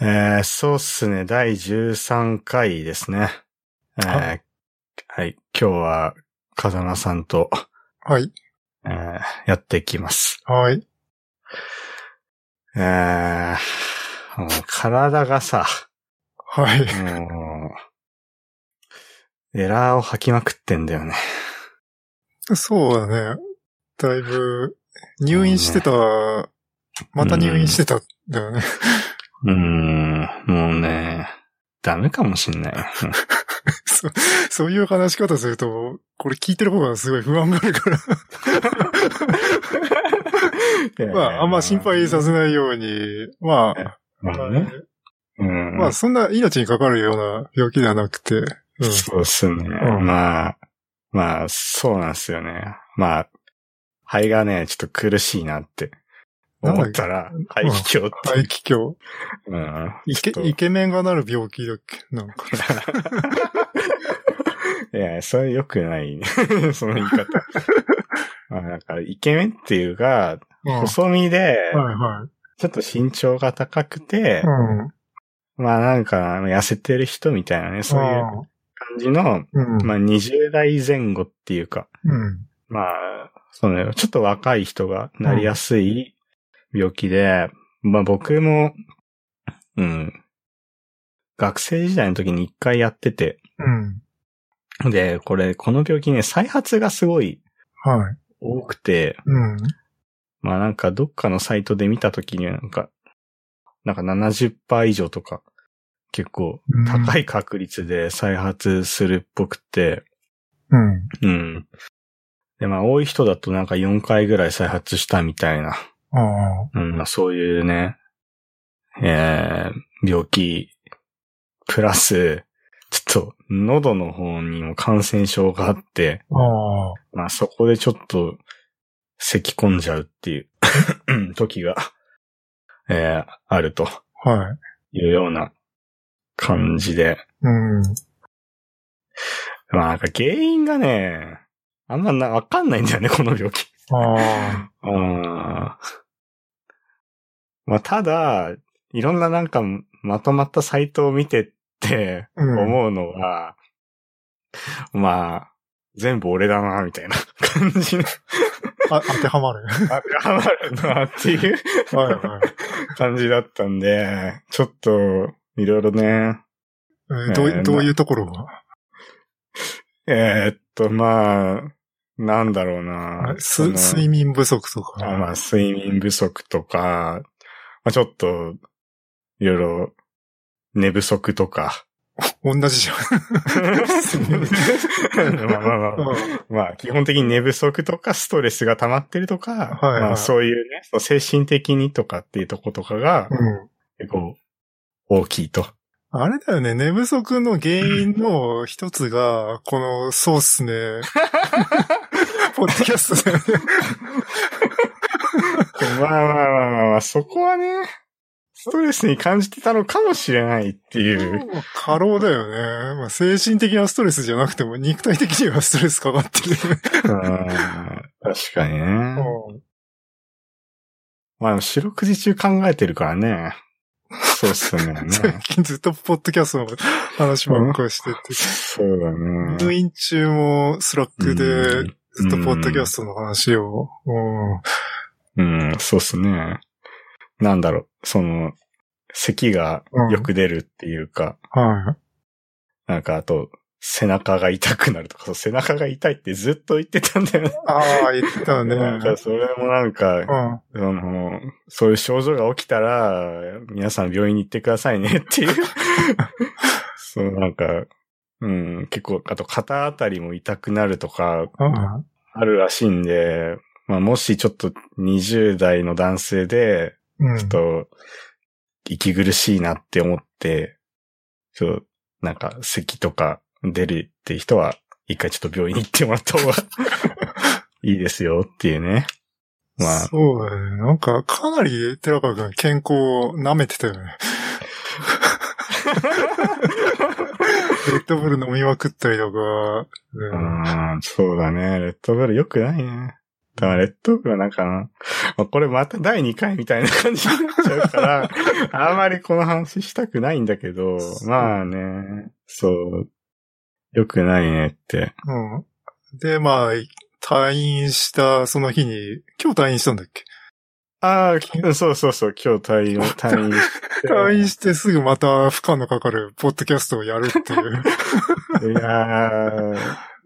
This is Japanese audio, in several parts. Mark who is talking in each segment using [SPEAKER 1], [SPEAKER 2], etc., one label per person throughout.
[SPEAKER 1] えー、そうっすね。第13回ですね。えー
[SPEAKER 2] は
[SPEAKER 1] はい。今日は、風間さんと、
[SPEAKER 2] はい。
[SPEAKER 1] えーやっていきます。
[SPEAKER 2] はい。
[SPEAKER 1] えー、もう体がさ、
[SPEAKER 2] はい。
[SPEAKER 1] もう、エラーを吐きまくってんだよね。
[SPEAKER 2] そうだね。だいぶ、入院してた、また入院してたんだよね。
[SPEAKER 1] うーん、もうね、ダメかもしん ない。
[SPEAKER 2] そそういう話し方すると、これ聞いてる方がすごい不安がある から、まあ、あんま心配させないように、まあ、
[SPEAKER 1] せない。まあね。うん。
[SPEAKER 2] まあ、そんな命にかかるような病気ではなくて、うん。
[SPEAKER 1] そうっすね。
[SPEAKER 2] うん
[SPEAKER 1] まあ、まあ、そうなんですよね。まあ、肺がね、ちょっと苦しいなって思ったら、肺気胸って。
[SPEAKER 2] 大気境。
[SPEAKER 1] うん。
[SPEAKER 2] イケ
[SPEAKER 1] ちょっ、と
[SPEAKER 2] イケメンがなる病気だっけなんか。
[SPEAKER 1] いや、それ良くない。 その言い方。まあ、なんか、イケメンっていうか、
[SPEAKER 2] うんは
[SPEAKER 1] 細身で
[SPEAKER 2] い、は
[SPEAKER 1] ちょっと身長が高くて
[SPEAKER 2] い。う、ん。うん
[SPEAKER 1] まあなんか、痩せてる人みたいなね、そういう感じの、
[SPEAKER 2] うん。
[SPEAKER 1] まあ20代前後っていうか、
[SPEAKER 2] うん。
[SPEAKER 1] まあ、そうね、ちょっと若い人がなりやすい病気で、まあ僕も、うん、学生時代の時に一回やってて、
[SPEAKER 2] うん。
[SPEAKER 1] で、これ、この病気ね、再発がすごい
[SPEAKER 2] はい。
[SPEAKER 1] 多くて、
[SPEAKER 2] うん。
[SPEAKER 1] まあなんかどっかのサイトで見た時にはなんか、なんか70%以上とか、結構高
[SPEAKER 2] い。
[SPEAKER 1] い確率で再発するっぽくて、
[SPEAKER 2] うん。
[SPEAKER 1] うん。で、まあ多い人だとなんか4回ぐらい再発したみたいな
[SPEAKER 2] あ
[SPEAKER 1] うん、まあそういうね、えー、病気、プラス、ちょっと、喉の方にも感染症があって、
[SPEAKER 2] あ、ああ、
[SPEAKER 1] まあそこでちょっと、咳込んじゃうっていう時が、えー、あると
[SPEAKER 2] はい。
[SPEAKER 1] いうような感じで。
[SPEAKER 2] うん。
[SPEAKER 1] まあなんか原因がね、あんまな、わかんないんだよね、この病気。
[SPEAKER 2] ああ、
[SPEAKER 1] あーまあ、ただ、いろんななんかまとまったサイトを見てって
[SPEAKER 2] うん。
[SPEAKER 1] 思うのは、まあ、全部俺だな、みたいな感じの、
[SPEAKER 2] あ当てはまる。
[SPEAKER 1] あ頑張るな、っていう
[SPEAKER 2] はいはい。
[SPEAKER 1] 感じだったんで、ちょっと、いろいろね、
[SPEAKER 2] えーどうい、どういうところが
[SPEAKER 1] えーっと、まあ、なんだろうな。
[SPEAKER 2] す
[SPEAKER 1] その
[SPEAKER 2] 睡眠不足とか。
[SPEAKER 1] あまあ、睡眠不足とか、まあ、ちょっと、いろいろ、寝不足とか。
[SPEAKER 2] 同じじゃん。
[SPEAKER 1] まあまあまあまあ、まあ、基本的に寝不足とか、ストレスが溜まってるとか、
[SPEAKER 2] いはい
[SPEAKER 1] まあ、そういうね、その精神的にとかっていうとことかが
[SPEAKER 2] う、ん。
[SPEAKER 1] 結構、大きいと。
[SPEAKER 2] あれだよね、寝不足の原因の一つが、この、そうっす ね。ポッドキャストだよね。
[SPEAKER 1] まあまあまあまあまあ、そこはね、ストレスに感じてたのかもしれないっていう。
[SPEAKER 2] 過労だよね。まあ、精神的なストレスじゃなくても、肉体的にはストレスかかってるよ
[SPEAKER 1] う
[SPEAKER 2] ね。
[SPEAKER 1] ん確かにね。まあ、四六時中考えてるからね。そうっすよ
[SPEAKER 2] 最
[SPEAKER 1] ね。
[SPEAKER 2] 近ずっとポッドキャストの話ばっかりしてて。
[SPEAKER 1] そうだね。
[SPEAKER 2] 入院中もスラック
[SPEAKER 1] う
[SPEAKER 2] で
[SPEAKER 1] ん
[SPEAKER 2] ずっとポッドキャストの話を。うん
[SPEAKER 1] うん、そうっすね。なんだろう、その、咳がよく出るっていうか、
[SPEAKER 2] は
[SPEAKER 1] なんかあと、背中が痛くなるとか、そう背中が痛いってずっと言ってたんだよね
[SPEAKER 2] い。。ああ、言ってた ね。
[SPEAKER 1] なんかそれもなん
[SPEAKER 2] う
[SPEAKER 1] か、
[SPEAKER 2] ん。
[SPEAKER 1] その、そういう症状が起きたら、皆さん病院に行ってくださいねっていう。 そう、なんか、うん、結構、あと肩あたりも痛くなるとか、
[SPEAKER 2] あ
[SPEAKER 1] あるらしいんで、まあ、もしちょっと20代の男性で、
[SPEAKER 2] うん
[SPEAKER 1] ちょっと、息苦しいなって思って、ちょっと、なんか、咳とか出るって人は、一回ちょっと病院に行ってもらった方が いいですよっていうね。まあ、
[SPEAKER 2] そうだね。なんか、かなり寺川君健康を舐めてたよ ね。レッドブル飲みまくったりとか、
[SPEAKER 1] うーん、そうだね。レッドブル良くないね。だからレッドブルなんかな。まあこれまた第2回みたいな感じになっちゃう から、あまりこの話したくないんだけど、まあね、そう。良くないねって。
[SPEAKER 2] うん。で、まあ、退院したその日に、今日退院したんだっけ
[SPEAKER 1] ああ、きそうそうそう、今日退 院、退院して。
[SPEAKER 2] 退院してすぐまた負荷のかかるポッドキャストをやるって いう。
[SPEAKER 1] いやー、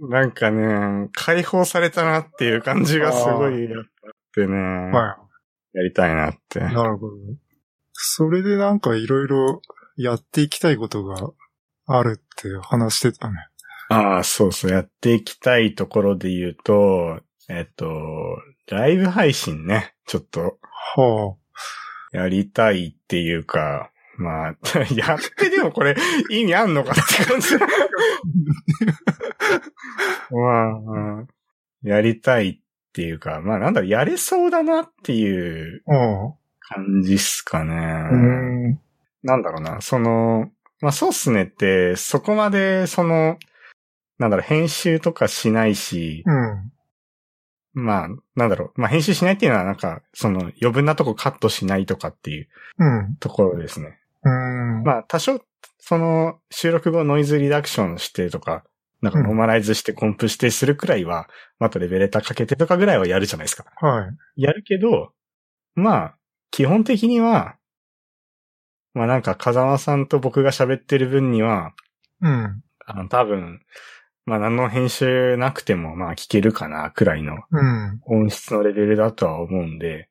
[SPEAKER 1] なんかね、解放されたなっていう感じがすごいやっぱあってね、
[SPEAKER 2] は
[SPEAKER 1] やりたいなって。
[SPEAKER 2] い。なるほど。それでなんかいろいろやっていきたいことがあるって話してたね。
[SPEAKER 1] ああ、そうそう、やっていきたいところで言うと、えっと、ライブ配信ね、ちょっと
[SPEAKER 2] は
[SPEAKER 1] やりたいっていうか、まあ、 やってでもこれ意味あんのかって感じ。 まあ、やりたいっていうか、まあなんだろう、やれそうだなっていう
[SPEAKER 2] あ。うん。
[SPEAKER 1] 感じっすかね。
[SPEAKER 2] うん。
[SPEAKER 1] なんだろうな、その、まあ、そうっすねって、そこまで、その、なんだろう、編集とかしないし、
[SPEAKER 2] うん。
[SPEAKER 1] まあ、なんだろう、まあ、編集しないっていうのは、なんか、その、余分なとこカットしないとかっていう
[SPEAKER 2] うん。
[SPEAKER 1] ところですね。
[SPEAKER 2] うん。
[SPEAKER 1] まあ、多少、その、収録後ノイズリダクションしてとか、なんか、
[SPEAKER 2] うん
[SPEAKER 1] ノーマライズしてコンプしてするくらいは、またレベレーターかけてとかぐらいはやるじゃないですか。
[SPEAKER 2] はい。
[SPEAKER 1] やるけど、まあ、基本的には、まあなんか風間さんと僕が喋ってる分には、
[SPEAKER 2] うん。
[SPEAKER 1] あの多分、まあ何の編集なくてもまあ聞けるかな、くらいの
[SPEAKER 2] うん。
[SPEAKER 1] 音質のレベルだとは思うんで、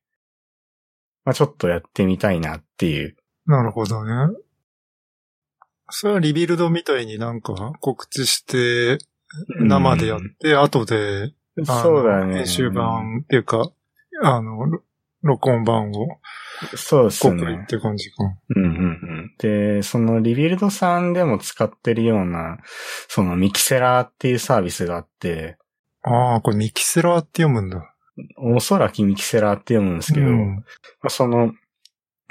[SPEAKER 1] まあちょっとやってみたいなっていう。
[SPEAKER 2] なるほどね。それはリビルドみたいになんか告知して、生でやって、後で、
[SPEAKER 1] うん
[SPEAKER 2] あの
[SPEAKER 1] そうだね。
[SPEAKER 2] 編集。版っていうか、あの、ろ録音版を
[SPEAKER 1] そうっす
[SPEAKER 2] コ
[SPEAKER 1] ね
[SPEAKER 2] ピーっ。て感じか。
[SPEAKER 1] うんうんうん。で、そのリビルドさんでも使ってるような、そのミキセラーっていうサービスがあって、
[SPEAKER 2] ああ、これミキセラーって読むんだ。
[SPEAKER 1] おそらくミキセラーって読むんですけど、
[SPEAKER 2] うん
[SPEAKER 1] まあその、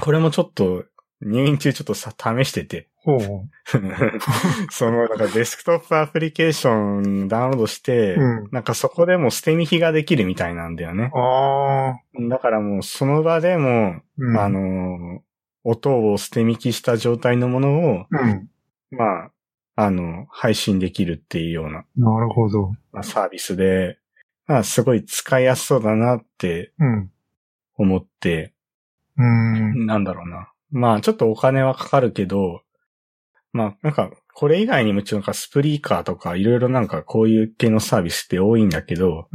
[SPEAKER 1] これもちょっと、入院中ちょっとさ、試して て、
[SPEAKER 2] ほう。
[SPEAKER 1] その、なんかデスクトップアプリケーションダウンロードして、
[SPEAKER 2] うん。
[SPEAKER 1] なんかそこでも捨て見比ができるみたいなんだよね。
[SPEAKER 2] ああ、
[SPEAKER 1] だからもうその場でも、
[SPEAKER 2] うん。
[SPEAKER 1] あ、の、音を捨て見きした状態のものを、
[SPEAKER 2] うん。
[SPEAKER 1] まあ、あの、配信できるっていうような、
[SPEAKER 2] なるほど。
[SPEAKER 1] まあ、サービスで、まあ、すごい使いやすそうだなって
[SPEAKER 2] うん。
[SPEAKER 1] 思って、
[SPEAKER 2] うん。
[SPEAKER 1] なんだろうな。まあ、ちょっとお金はかかるけど、まあ、なんか、これ以外にもちろんなんかスプリーカーとかいろいろなんかこういう系のサービスって多いんだけど、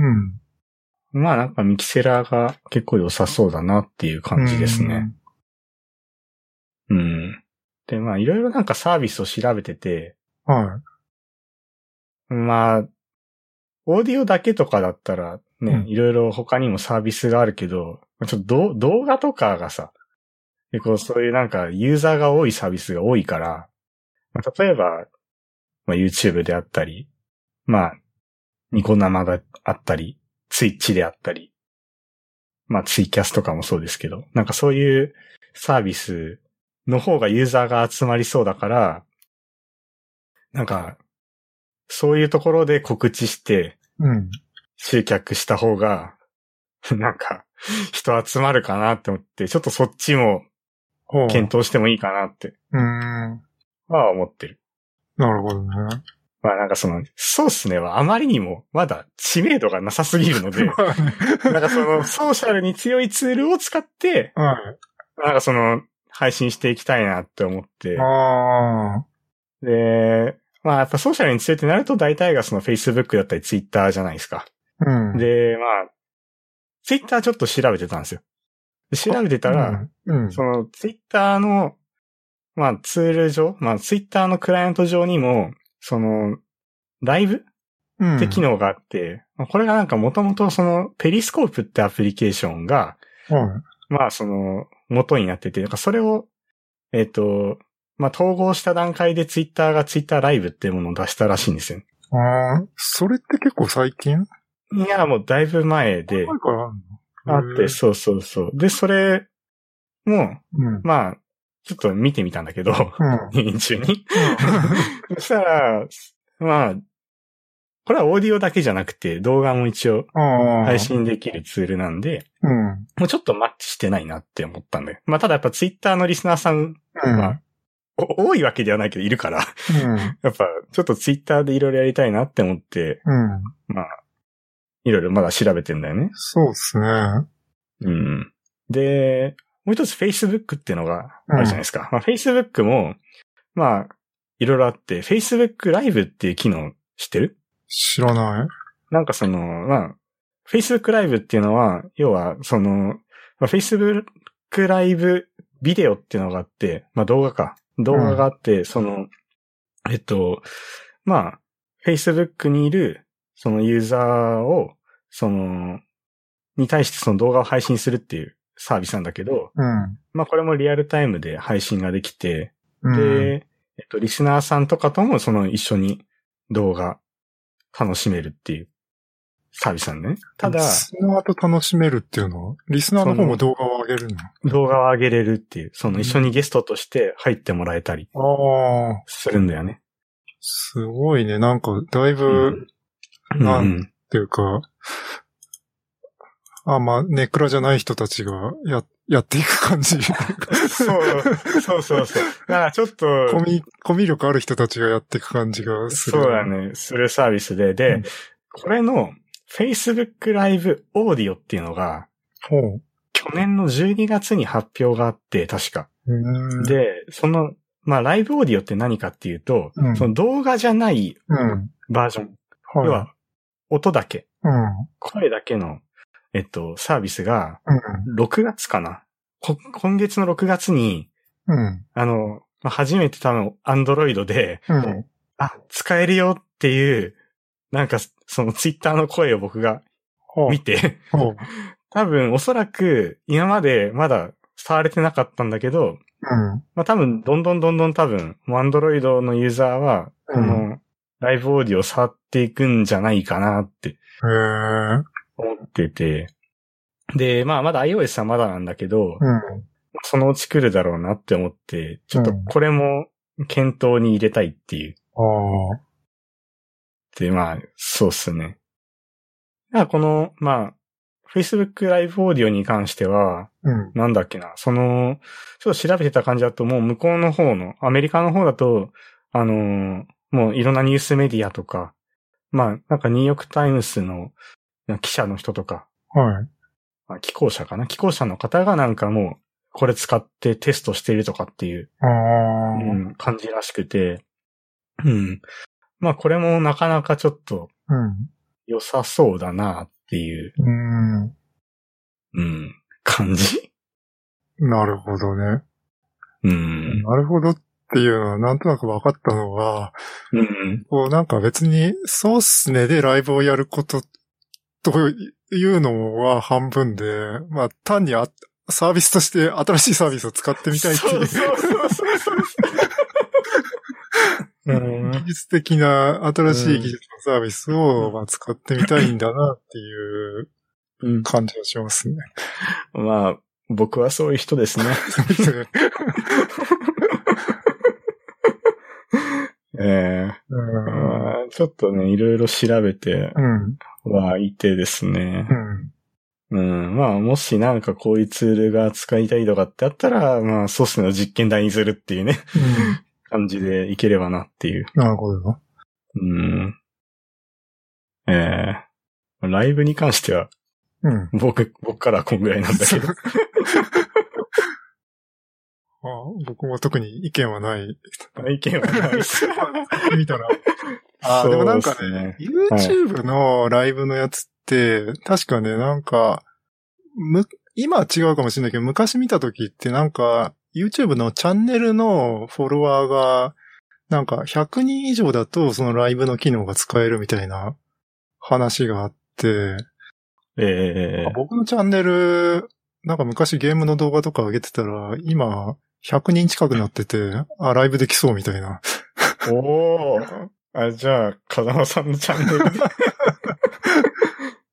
[SPEAKER 2] うん。
[SPEAKER 1] まあなんかミキセラーが結構良さそうだなっていう感じですね。うん。で、まあいろいろなんかサービスを調べてて、
[SPEAKER 2] うん。はい。
[SPEAKER 1] まあ、オーディオだけとかだったらね
[SPEAKER 2] う、ん
[SPEAKER 1] いろいろ他にもサービスがあるけど、まあちょっとど動画とかがさ、結構そういうなんかユーザーが多いサービスが多いから、まあ例えば、まあ、YouTube であったり、まあ、ニコ生だあったり、Twitch であったり、まあツイキャスとかもそうですけど、なんかそういうサービスの方がユーザーが集まりそうだから、なんか、そういうところで告知して、
[SPEAKER 2] うん。
[SPEAKER 1] 集客した方が、 なんか、人集まるかなって思って、ちょっとそっちも
[SPEAKER 2] ほう。
[SPEAKER 1] 検討してもいいかなって、
[SPEAKER 2] うーん。
[SPEAKER 1] は思ってる。
[SPEAKER 2] なるほどね。
[SPEAKER 1] まあなんかその、そうっすねはあまりにもまだ知名度がなさすぎるの で、なんかそのソーシャルに強いツールを使って、
[SPEAKER 2] はい。
[SPEAKER 1] なんかその、配信していきたいなって思って、
[SPEAKER 2] あ
[SPEAKER 1] で、まあやっぱソーシャルに強いってなると大体がその Facebook だったり Twitter じゃないですか。
[SPEAKER 2] あ。うん。
[SPEAKER 1] で、まあ、ツイッターちょっと調べてたんですよ。で調べてたら、、
[SPEAKER 2] うん。
[SPEAKER 1] そのツイッターの、まあツール上、まあツイッターのクライアント上にも、その、ライブ
[SPEAKER 2] うん
[SPEAKER 1] って機能があって、まあこれがなんかもともとそのペリスコープってアプリケーションが、
[SPEAKER 2] は
[SPEAKER 1] まあその元になってて、なんかそれを、えっ、と、まあ統合した段階でツイッターがツイッターライブっていうものを出したらしいんですよ。
[SPEAKER 2] い。ああ、それって結構最近
[SPEAKER 1] いや、もうだいぶ前で
[SPEAKER 2] 前からあるの
[SPEAKER 1] あって、そうそうそう。で、それも、
[SPEAKER 2] うん。
[SPEAKER 1] まあ、ちょっと見てみたんだ けど、
[SPEAKER 2] うん。
[SPEAKER 1] 入院中に。そしたら、まあ、これはオーディオだけじゃなくて動画も一応
[SPEAKER 2] ああ。
[SPEAKER 1] 配。信できるツールなんで、
[SPEAKER 2] うん。うん。
[SPEAKER 1] もうちょっとマッチしてないなって思ったんだよ。まあただやっぱツイッターのリスナーさんまあお多いわけではないけどいるから、
[SPEAKER 2] うん。
[SPEAKER 1] やっぱちょっとツイッターでいろいろやりたいなって思って、
[SPEAKER 2] うん。
[SPEAKER 1] いろいろまだ調べてんだよね。
[SPEAKER 2] そうですね。
[SPEAKER 1] うん。で、もう一つ Facebook っていうのがあるじゃないですか。まあ Facebook も、まあ、いろいろあって、Facebook ライブっていう機能知ってる
[SPEAKER 2] 知らない。
[SPEAKER 1] なんかその、まあ、Facebook ライブっていうのは、要は、その、まあ、Facebook ライブビデオっていうのがあって、まあ動画か。動画があって、その、えっと、まあ、Facebook にいる、そのユーザーを、その、に対してその動画を配信するっていうサービスなんだけど、
[SPEAKER 2] うん。
[SPEAKER 1] まあこれもリアルタイムで配信ができて、
[SPEAKER 2] うん、
[SPEAKER 1] で、えっと、リスナーさんとかともその一緒に動画楽しめるっていうサービスなんだね。ただ
[SPEAKER 2] リ、スナーと楽しめるっていうのは、リスナーの方も動画を上げるの
[SPEAKER 1] 動画を上げれるっていう、その
[SPEAKER 2] うん
[SPEAKER 1] 一緒にゲストとして入ってもらえたり
[SPEAKER 2] ああ、
[SPEAKER 1] するんだよね。
[SPEAKER 2] すごいね。なんか、だいうぶ、
[SPEAKER 1] んうん
[SPEAKER 2] なんっていうか、あ、まあ、ネクラじゃない人たちがや、やっていく感じ。
[SPEAKER 1] そう、そうそうそう。だからちょっと、
[SPEAKER 2] コミ、コミュ力ある人たちがやっていく感じがする。
[SPEAKER 1] そうだ。ね、するサービスで、で、
[SPEAKER 2] うん
[SPEAKER 1] これの Facebook ライブオーディオっていうのが、
[SPEAKER 2] ほう。
[SPEAKER 1] 去年の12月に発表があって、確か。
[SPEAKER 2] うん、
[SPEAKER 1] で、その、まあ、ライブオーディオって何かっていうと、
[SPEAKER 2] うん
[SPEAKER 1] その動画じゃない
[SPEAKER 2] うん。
[SPEAKER 1] バージョン。要
[SPEAKER 2] はい。
[SPEAKER 1] は、音だけ、
[SPEAKER 2] うん。
[SPEAKER 1] 声だけの、えっと、サービスが、
[SPEAKER 2] う
[SPEAKER 1] 6月かな。こ今月の6月に、
[SPEAKER 2] ん。うん。
[SPEAKER 1] あの、まあ、初めて多分、アンドロイドで、
[SPEAKER 2] うん。
[SPEAKER 1] あ、使えるよっていう、なんか、そのツイッターの声を僕が
[SPEAKER 2] ほう
[SPEAKER 1] 見て、
[SPEAKER 2] ほう。
[SPEAKER 1] 多分、おそらく、今までまだ触れてなかったんだけど、
[SPEAKER 2] うん。
[SPEAKER 1] まあ多分、どんどんどんどん多分、もうアンドロイドのユーザーは、こ
[SPEAKER 2] う
[SPEAKER 1] の、ライブオーディオを触っていくんじゃないかなって
[SPEAKER 2] へえ。
[SPEAKER 1] 思ってて、で、まあまだ iOS はまだなんだけど、
[SPEAKER 2] うん。
[SPEAKER 1] そのうち来るだろうなって思って、ちょっとこれも検討に入れたいっていう。
[SPEAKER 2] ああ。
[SPEAKER 1] で、まあ、そうっすね。だからこの、まあ、Facebook ライブオーディオに関しては、
[SPEAKER 2] うん。
[SPEAKER 1] なんだっけな、その、ちょっと調べてた感じだと、もう向こうの方の、アメリカの方だと、あのーもういろんなニュースメディアとか、まあ、なんかニューヨークタイムスの記者の人とか、
[SPEAKER 2] はい。
[SPEAKER 1] まあ、寄稿者かな寄稿者の方がなんかもう、これ使ってテストしてるとかっていう、
[SPEAKER 2] ああ。
[SPEAKER 1] うん感じらしくて、うん。まあ、これもなかなかちょっと良さそうだなっていう、
[SPEAKER 2] うん。うん。
[SPEAKER 1] うん、感じ
[SPEAKER 2] なるほどね。
[SPEAKER 1] うん。
[SPEAKER 2] なるほどっていうのは、なんとなく分かったのは、
[SPEAKER 1] うん。
[SPEAKER 2] こうなんか別に、そうっすねでライブをやることというのは半分で、まあ単にあサービスとして新しいサービスを使ってみたいってい
[SPEAKER 1] そう
[SPEAKER 2] う、
[SPEAKER 1] そうそうそうそう。 うん
[SPEAKER 2] 技術的な新しい技術のサービスを、まあ、使ってみたいんだなっていう
[SPEAKER 1] うん
[SPEAKER 2] 感じがしま すね。
[SPEAKER 1] まあ、僕はそういう人です ね。ええ
[SPEAKER 2] うん
[SPEAKER 1] まあちょっとね、いろいろ調べて
[SPEAKER 2] うん。
[SPEAKER 1] はいてですね
[SPEAKER 2] う。ん。
[SPEAKER 1] うん。まあ、もしなんかこういうツールが使いたいとかってあったら、まあ、ソースの実験台にするっていうね、
[SPEAKER 2] うん
[SPEAKER 1] 感じでいければなっていう。
[SPEAKER 2] なるほど。
[SPEAKER 1] うん。ええライブに関しては、
[SPEAKER 2] うん。
[SPEAKER 1] 僕、僕からはこんぐらいなんだけ ど。
[SPEAKER 2] あ僕も特に意見はない。
[SPEAKER 1] 意見はないです。
[SPEAKER 2] 使ってみたら。 あーでもなんかね
[SPEAKER 1] そうっすね
[SPEAKER 2] YouTube のライブのやつって、確かね、なんか、む、今は違うかもしれないけど、昔見た時ってなんか、YouTube のチャンネルのフォロワーが、なんか100人以上だとそのライブの機能が使えるみたいな話があって、
[SPEAKER 1] ええ
[SPEAKER 2] 僕のチャンネル、なんか昔ゲームの動画とか上げてたら、今、100人近くなってて、あ、ライブできそうみたいな。
[SPEAKER 1] おお。あ、じゃあ、風間さんのチャンネル で。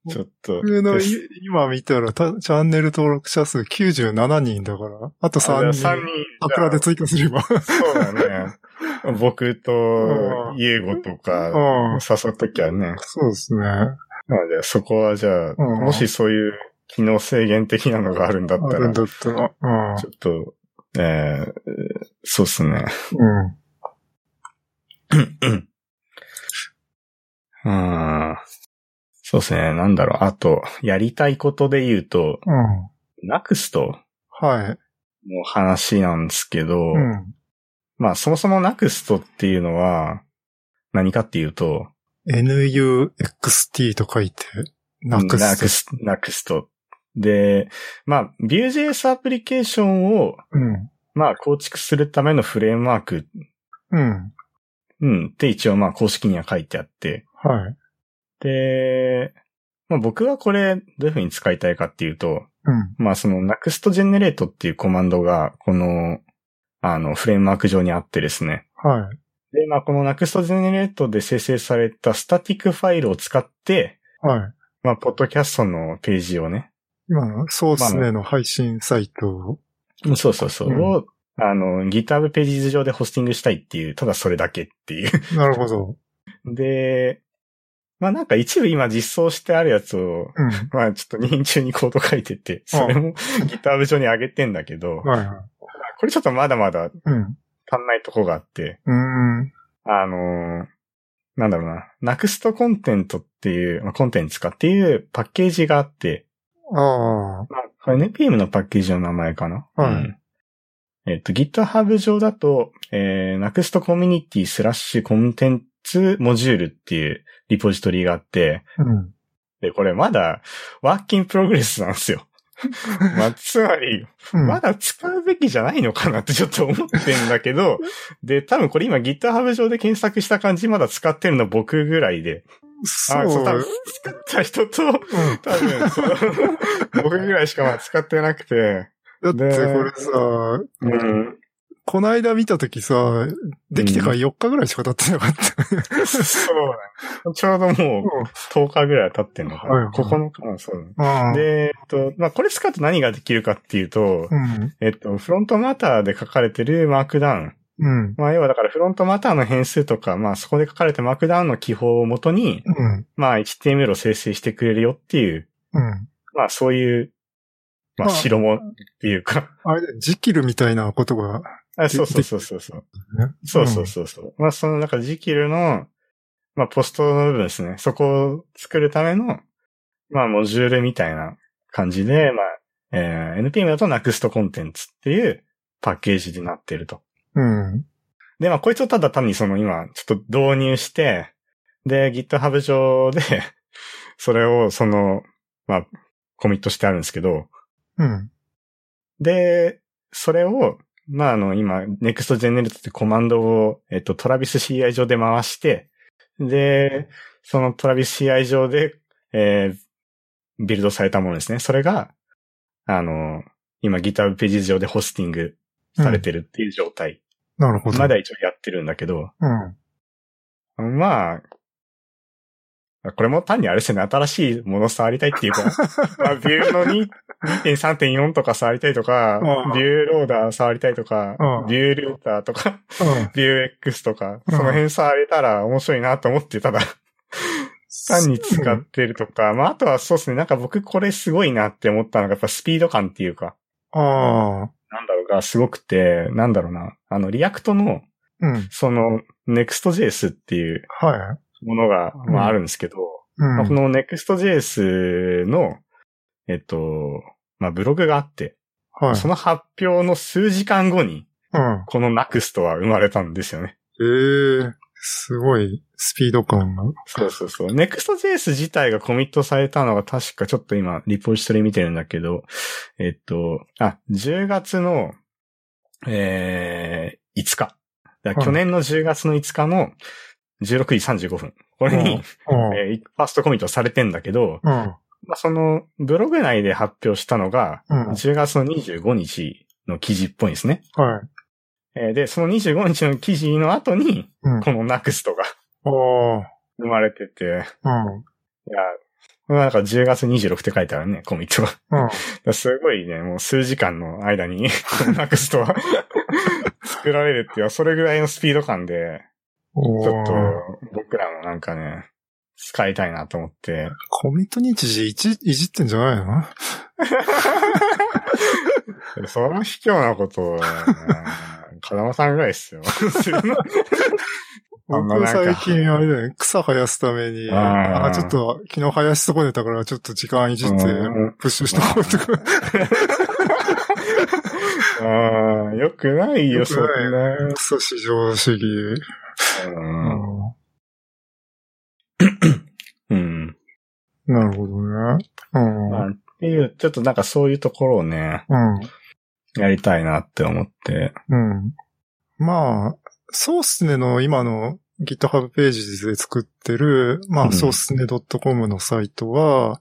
[SPEAKER 1] ちょっと。
[SPEAKER 2] 僕の
[SPEAKER 1] テ
[SPEAKER 2] い
[SPEAKER 1] ス
[SPEAKER 2] 今見たらた、チャンネル登録者数97人だから、あと
[SPEAKER 1] トあじゃ
[SPEAKER 2] 3
[SPEAKER 1] あ
[SPEAKER 2] 人、
[SPEAKER 1] 三人。
[SPEAKER 2] アクラで追加すれば。
[SPEAKER 1] そうだね。僕と
[SPEAKER 2] う、ん
[SPEAKER 1] ユーゴと
[SPEAKER 2] う
[SPEAKER 1] か、
[SPEAKER 2] ん。
[SPEAKER 1] 誘うときはね。
[SPEAKER 2] そうですね。あ
[SPEAKER 1] なので、そこはじゃあ、
[SPEAKER 2] うん
[SPEAKER 1] もしそういう機能制限的なのがあるんだった
[SPEAKER 2] る
[SPEAKER 1] ら、
[SPEAKER 2] ん
[SPEAKER 1] ち
[SPEAKER 2] だ
[SPEAKER 1] ょ
[SPEAKER 2] ったら。うん。
[SPEAKER 1] っと、えー、そうっすね。
[SPEAKER 2] うん。
[SPEAKER 1] うん。そうっすね。なんだろう。あと、やりたいことで言うと、
[SPEAKER 2] うん。
[SPEAKER 1] なくすと
[SPEAKER 2] はい。
[SPEAKER 1] の話なんですけど、
[SPEAKER 2] うん。
[SPEAKER 1] まあそもそもナクストっていうのは何かっていうと、
[SPEAKER 2] NUXT と書いて、なく
[SPEAKER 1] ナク
[SPEAKER 2] す。
[SPEAKER 1] スト。ナクスト。で、まあ Vue.js アプリケーションを、
[SPEAKER 2] うん。
[SPEAKER 1] まあ構築するためのフレームワーク、
[SPEAKER 2] うん。
[SPEAKER 1] うん、って一応まあ公式には書いてあって、
[SPEAKER 2] はい。
[SPEAKER 1] で、まあ僕はこれどういうふうに使いたいかっていうと、
[SPEAKER 2] うん。
[SPEAKER 1] まあその Next Generate っていうコマンドがこの、あのフレームワーク上にあってですね。
[SPEAKER 2] はい。
[SPEAKER 1] で、まあこの Next Generate で生成されたスタティックファイルを使って、
[SPEAKER 2] はい。
[SPEAKER 1] まあ、ポッドキャストのページをね、
[SPEAKER 2] 今のソースネの配信サイトを。
[SPEAKER 1] そうそうそう、
[SPEAKER 2] うん
[SPEAKER 1] を、あの、GitHub ページズ上でホスティングしたいっていう、ただそれだけっていう。
[SPEAKER 2] なるほど。
[SPEAKER 1] で、まあなんか一部今実装してあるやつを、
[SPEAKER 2] うん。
[SPEAKER 1] まあちょっと任意中にコード書いてて、それも GitHub 上に上げてんだけど、
[SPEAKER 2] はいはい。
[SPEAKER 1] これちょっとまだまだ
[SPEAKER 2] うん。
[SPEAKER 1] 足んないとこがあって、
[SPEAKER 2] うん。
[SPEAKER 1] あのーなんだろうな、ナクストコンテントっていう、まあ、コンテンツかっていうパッケージがあって、
[SPEAKER 2] ああ。
[SPEAKER 1] まあ、これ NPM のパッケージの名前かな。
[SPEAKER 2] はい
[SPEAKER 1] うんえっと、GitHub 上だと、えー、Next Community スラッシュコンテンツモジュールっていうリポジトリがあって、
[SPEAKER 2] うん。
[SPEAKER 1] で、これまだワーキンプログレスなんです よ。まあ、つまり、
[SPEAKER 2] うん
[SPEAKER 1] まだ使うべきじゃないのかなってちょっと思ってんだけど、で、多分これ今 GitHub 上で検索した感じ、まだ使ってるの僕ぐらいで、
[SPEAKER 2] そ
[SPEAKER 1] あそう
[SPEAKER 2] う。
[SPEAKER 1] 多分使った人と、多分、 そう僕ぐらいしかまあ使ってなくて、
[SPEAKER 2] うんだって
[SPEAKER 1] ね
[SPEAKER 2] これさ、 こないだ見たときさ、できてから4日ぐらいしか経ってなかった。
[SPEAKER 1] そう。ちょうどもう10日ぐらい経ってんのか
[SPEAKER 2] はい
[SPEAKER 1] な。
[SPEAKER 2] はい
[SPEAKER 1] 9日もそう。
[SPEAKER 2] うん。
[SPEAKER 1] で、えっと、まあ、これ使うと何ができるかっていうと、
[SPEAKER 2] うん。
[SPEAKER 1] えっと、フロントマターで書かれてるマークダウン。
[SPEAKER 2] うん。
[SPEAKER 1] まあ、要はだからフロントマターの変数とか、まあ、そこで書かれてマークダウンの記法をもとに、
[SPEAKER 2] うん。
[SPEAKER 1] まあ、HTML を生成してくれるよっていう、
[SPEAKER 2] うん。
[SPEAKER 1] まあ、そういう、まあ、
[SPEAKER 2] まあ
[SPEAKER 1] 代物っていうか、
[SPEAKER 2] あれだよジキルみたいなことが、
[SPEAKER 1] あ、そうそうそうそうそう。
[SPEAKER 2] ね
[SPEAKER 1] そうそうそうそう。まあ、その、なんか、ジキルの、まあ、ポストの部分ですね。そこを作るための、まあ、モジュールみたいな感じで、まあ、えー NPM だと NUXT コンテンツっていうパッケージになってると。
[SPEAKER 2] うん。
[SPEAKER 1] で、まあ、こいつをただ単にその今、ちょっと導入して、で、GitHub 上で、それをその、まあ、コミットしてあるんですけど、
[SPEAKER 2] うん。
[SPEAKER 1] で、それを、まあ、あの、今、next generate ってコマンドを、えっと、Travis CI 上で回して、で、その Travis CI 上で、えー、ビルドされたものですね。それが、あの、今 GitHub ページ上でホスティングされてるっていう状態。
[SPEAKER 2] なるほど。
[SPEAKER 1] まだ一応やってるんだけど、
[SPEAKER 2] うん。
[SPEAKER 1] まあ、これも単にあれですよね、新しいもの触りたいっていう か、まあ、ビューの2 2.3.4とか触りたいとか
[SPEAKER 2] うん、
[SPEAKER 1] ビューローダー触りたいとか
[SPEAKER 2] うん、
[SPEAKER 1] ビュールーターとか、
[SPEAKER 2] うん。
[SPEAKER 1] ビュー X とか、
[SPEAKER 2] うん
[SPEAKER 1] その辺触れたら面白いなと思って、ただ単に使
[SPEAKER 2] う
[SPEAKER 1] っ
[SPEAKER 2] ん。
[SPEAKER 1] てるとか、まああとはそうですね、なんか僕これすごいなって思ったのが、やっぱスピード感っていうか、
[SPEAKER 2] ああ。
[SPEAKER 1] なんだろうがすごくて、なんだろうな、あの、リアクトの、
[SPEAKER 2] うん。
[SPEAKER 1] その、Next.js っていう
[SPEAKER 2] はい。
[SPEAKER 1] ものが、ま
[SPEAKER 2] うん
[SPEAKER 1] ああるんですけど、
[SPEAKER 2] うん。
[SPEAKER 1] まあこの Next.js の、えっと、まあ、ブログがあって、
[SPEAKER 2] はい。
[SPEAKER 1] その発表の数時間後に、
[SPEAKER 2] うん。
[SPEAKER 1] この Next は生まれたんですよね。
[SPEAKER 2] ええすごいスピード感が。
[SPEAKER 1] そうそうそう。Next.js 自体がコミットされたのが確かちょっと今、リポジトリ見てるんだけど、えっと、あ、10月の、えー、5日。だから
[SPEAKER 2] はい
[SPEAKER 1] 去年の10月の5日の16時35分。これに、
[SPEAKER 2] うん。
[SPEAKER 1] えーファーストコミットされてんだけど、
[SPEAKER 2] うん。
[SPEAKER 1] まあ、その、ブログ内で発表したのが、
[SPEAKER 2] うん。はい。
[SPEAKER 1] 10月の25日の記事っぽいんですね。えーで、その25日の記事の後に、
[SPEAKER 2] うん。
[SPEAKER 1] このナクストが
[SPEAKER 2] あ
[SPEAKER 1] 生まれてて、い
[SPEAKER 2] あ。
[SPEAKER 1] や、これはなんか10月26って書いてあるね、コミットは。だか
[SPEAKER 2] うん。うん。
[SPEAKER 1] らすごいね、もう数時間の間に、このナクストは作 作られるっていう、それぐらいのスピード感で、
[SPEAKER 2] お
[SPEAKER 1] ちょっと
[SPEAKER 2] ー、
[SPEAKER 1] 僕らもなんかね、使いたいなと思って、
[SPEAKER 2] コミット日時いじいじってんじゃないの
[SPEAKER 1] その卑怯なこと をね、風間さんぐらいっすよ。するのあんま
[SPEAKER 2] 僕
[SPEAKER 1] なんか
[SPEAKER 2] 最近あれだよね、草生やすために、
[SPEAKER 1] あー
[SPEAKER 2] あーちょっと昨日生やし損ねたからちょっと時間いじって
[SPEAKER 1] うん、
[SPEAKER 2] プッシュしとこうと か。
[SPEAKER 1] うんよくないよ、
[SPEAKER 2] よ
[SPEAKER 1] そん
[SPEAKER 2] く
[SPEAKER 1] な。
[SPEAKER 2] 草市場主義。
[SPEAKER 1] うんうん。
[SPEAKER 2] なるほどね。うん。
[SPEAKER 1] まあ、っていう、ちょっとなんかそういうところをね、
[SPEAKER 2] うん。
[SPEAKER 1] やりたいなって思って。
[SPEAKER 2] うん。まあ、そうっすねの今の GitHub ページで作ってる、ま
[SPEAKER 1] うん
[SPEAKER 2] あ、そうっすね .com のサイトは、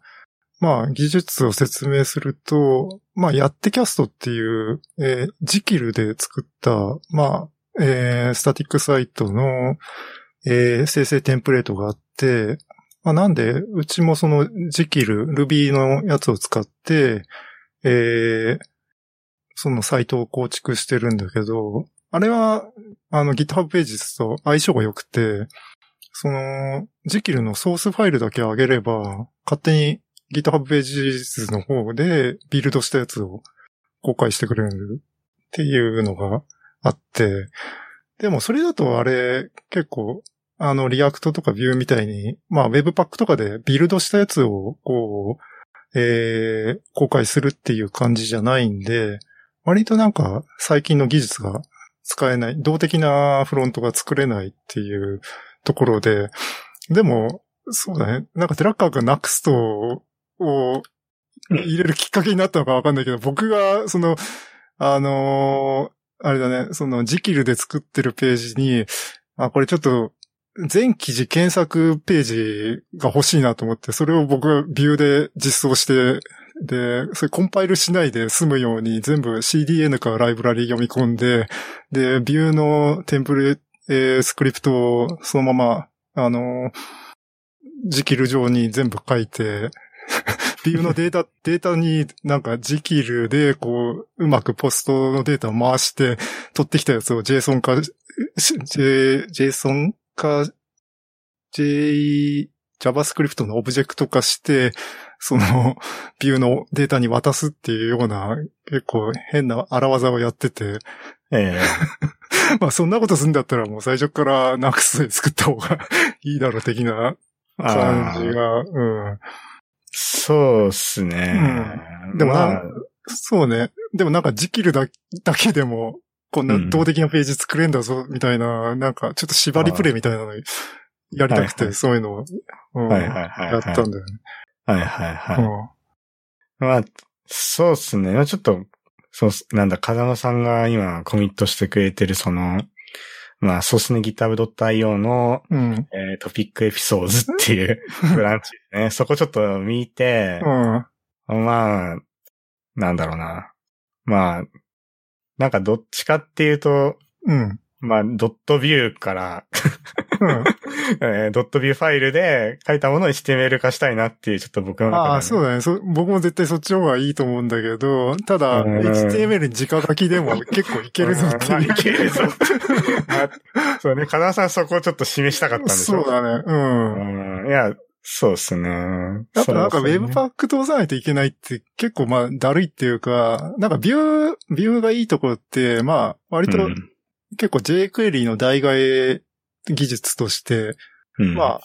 [SPEAKER 2] まあ、技術を説明すると、まあ、やってキャストっていう、えージキルで作った、まあ、えースタティックサイトの、えー生成テンプレートがあって、まあ、なんで、うちもそのジキル、Ruby のやつを使って、えーそのサイトを構築してるんだけど、あれは、あの GitHub ページと相性が良くて、その、ジキルのソースファイルだけ上げれば、勝手に GitHub ページの方でビルドしたやつを公開してくれるっていうのがあって、でもそれだとあれ、結構、あの、リアクトとかビューみたいに、まあ、Webpack とかでビルドしたやつを、こう、えー公開するっていう感じじゃないんで、割となんか最近の技術が使えない、動的なフロントが作れないっていうところで、でも、そうだね、なんかテラッカーがなくすと、を入れるきっかけになったのかわかんないけど、僕が、その、あのーあれだね、そのジキルで作ってるページに、あ、これちょっと、全記事検索ページが欲しいなと思って、それを僕はビューで実装してで、それコンパイルしないで済むように全部 CDN からライブラリ読み込んで、で、ビューのテンプレ、えースクリプトをそのまま、あの、ジキル上に全部書いて、 ビューのデータ、データになんかジキルでこう、うまくポストのデータを回して、取ってきたやつを JSON 化、し J、JSON 化、J、JavaScript のオブジェクト化して、その、ビューのデータに渡すっていうような、結構変な荒技をやってて、
[SPEAKER 1] ええ
[SPEAKER 2] まあそんなことするんだったらもう最初からナクスで作った方が いいだろう的な
[SPEAKER 1] あ
[SPEAKER 2] 感じ
[SPEAKER 1] ー
[SPEAKER 2] が、うん。
[SPEAKER 1] そうっすね。
[SPEAKER 2] でもな
[SPEAKER 1] まあ
[SPEAKER 2] そうね。でもなんかジキルだだけでも、こんな動的なページ作れんだぞ、みたいな、なんかちょっと縛りプレイみたいなのやりたく
[SPEAKER 1] はいは
[SPEAKER 2] て、
[SPEAKER 1] い
[SPEAKER 2] そういうのを、うん
[SPEAKER 1] はいはい
[SPEAKER 2] や
[SPEAKER 1] はい
[SPEAKER 2] っ
[SPEAKER 1] はい。
[SPEAKER 2] たんだよね。
[SPEAKER 1] はいはいはい。
[SPEAKER 2] うん
[SPEAKER 1] まあ、そうっすね。まあちょっと、そうっす、なんだ、風間さんが今コミットしてくれてる、その、まあ、そうっすね、github.io の、
[SPEAKER 2] うん。
[SPEAKER 1] えートピックエピソードっていうブランチ ね。そこちょっと見て、
[SPEAKER 2] うん。
[SPEAKER 1] まあ、なんだろうな。まあ、なんかどっちかっていうと、
[SPEAKER 2] うん。
[SPEAKER 1] まあ、ドットビューから、
[SPEAKER 2] うん。
[SPEAKER 1] えードットビューファイルで書いたものを HTML 化したいなっていう、ちょっと僕の中で、
[SPEAKER 2] ああ、そう
[SPEAKER 1] う
[SPEAKER 2] だねそ。僕も絶対そっちの方がいいと思うんだけど、ただ、
[SPEAKER 1] うん
[SPEAKER 2] HTML に直書き でも結構いけるぞっていう。
[SPEAKER 1] いけるぞ。 あそうね、風間さんそこをちょっと示したかったんでし
[SPEAKER 2] そ
[SPEAKER 1] ょ
[SPEAKER 2] うだね。うん。
[SPEAKER 1] うん。いや、そうですね。
[SPEAKER 2] やっぱなんか
[SPEAKER 1] そうですね
[SPEAKER 2] Webpack 通さないといけないって結構まあだるいっていうか、なんかビュー、ビューがいいところって、まあ割と
[SPEAKER 1] うん
[SPEAKER 2] 結構 JQuery の代替え技術として、
[SPEAKER 1] うん
[SPEAKER 2] まあ、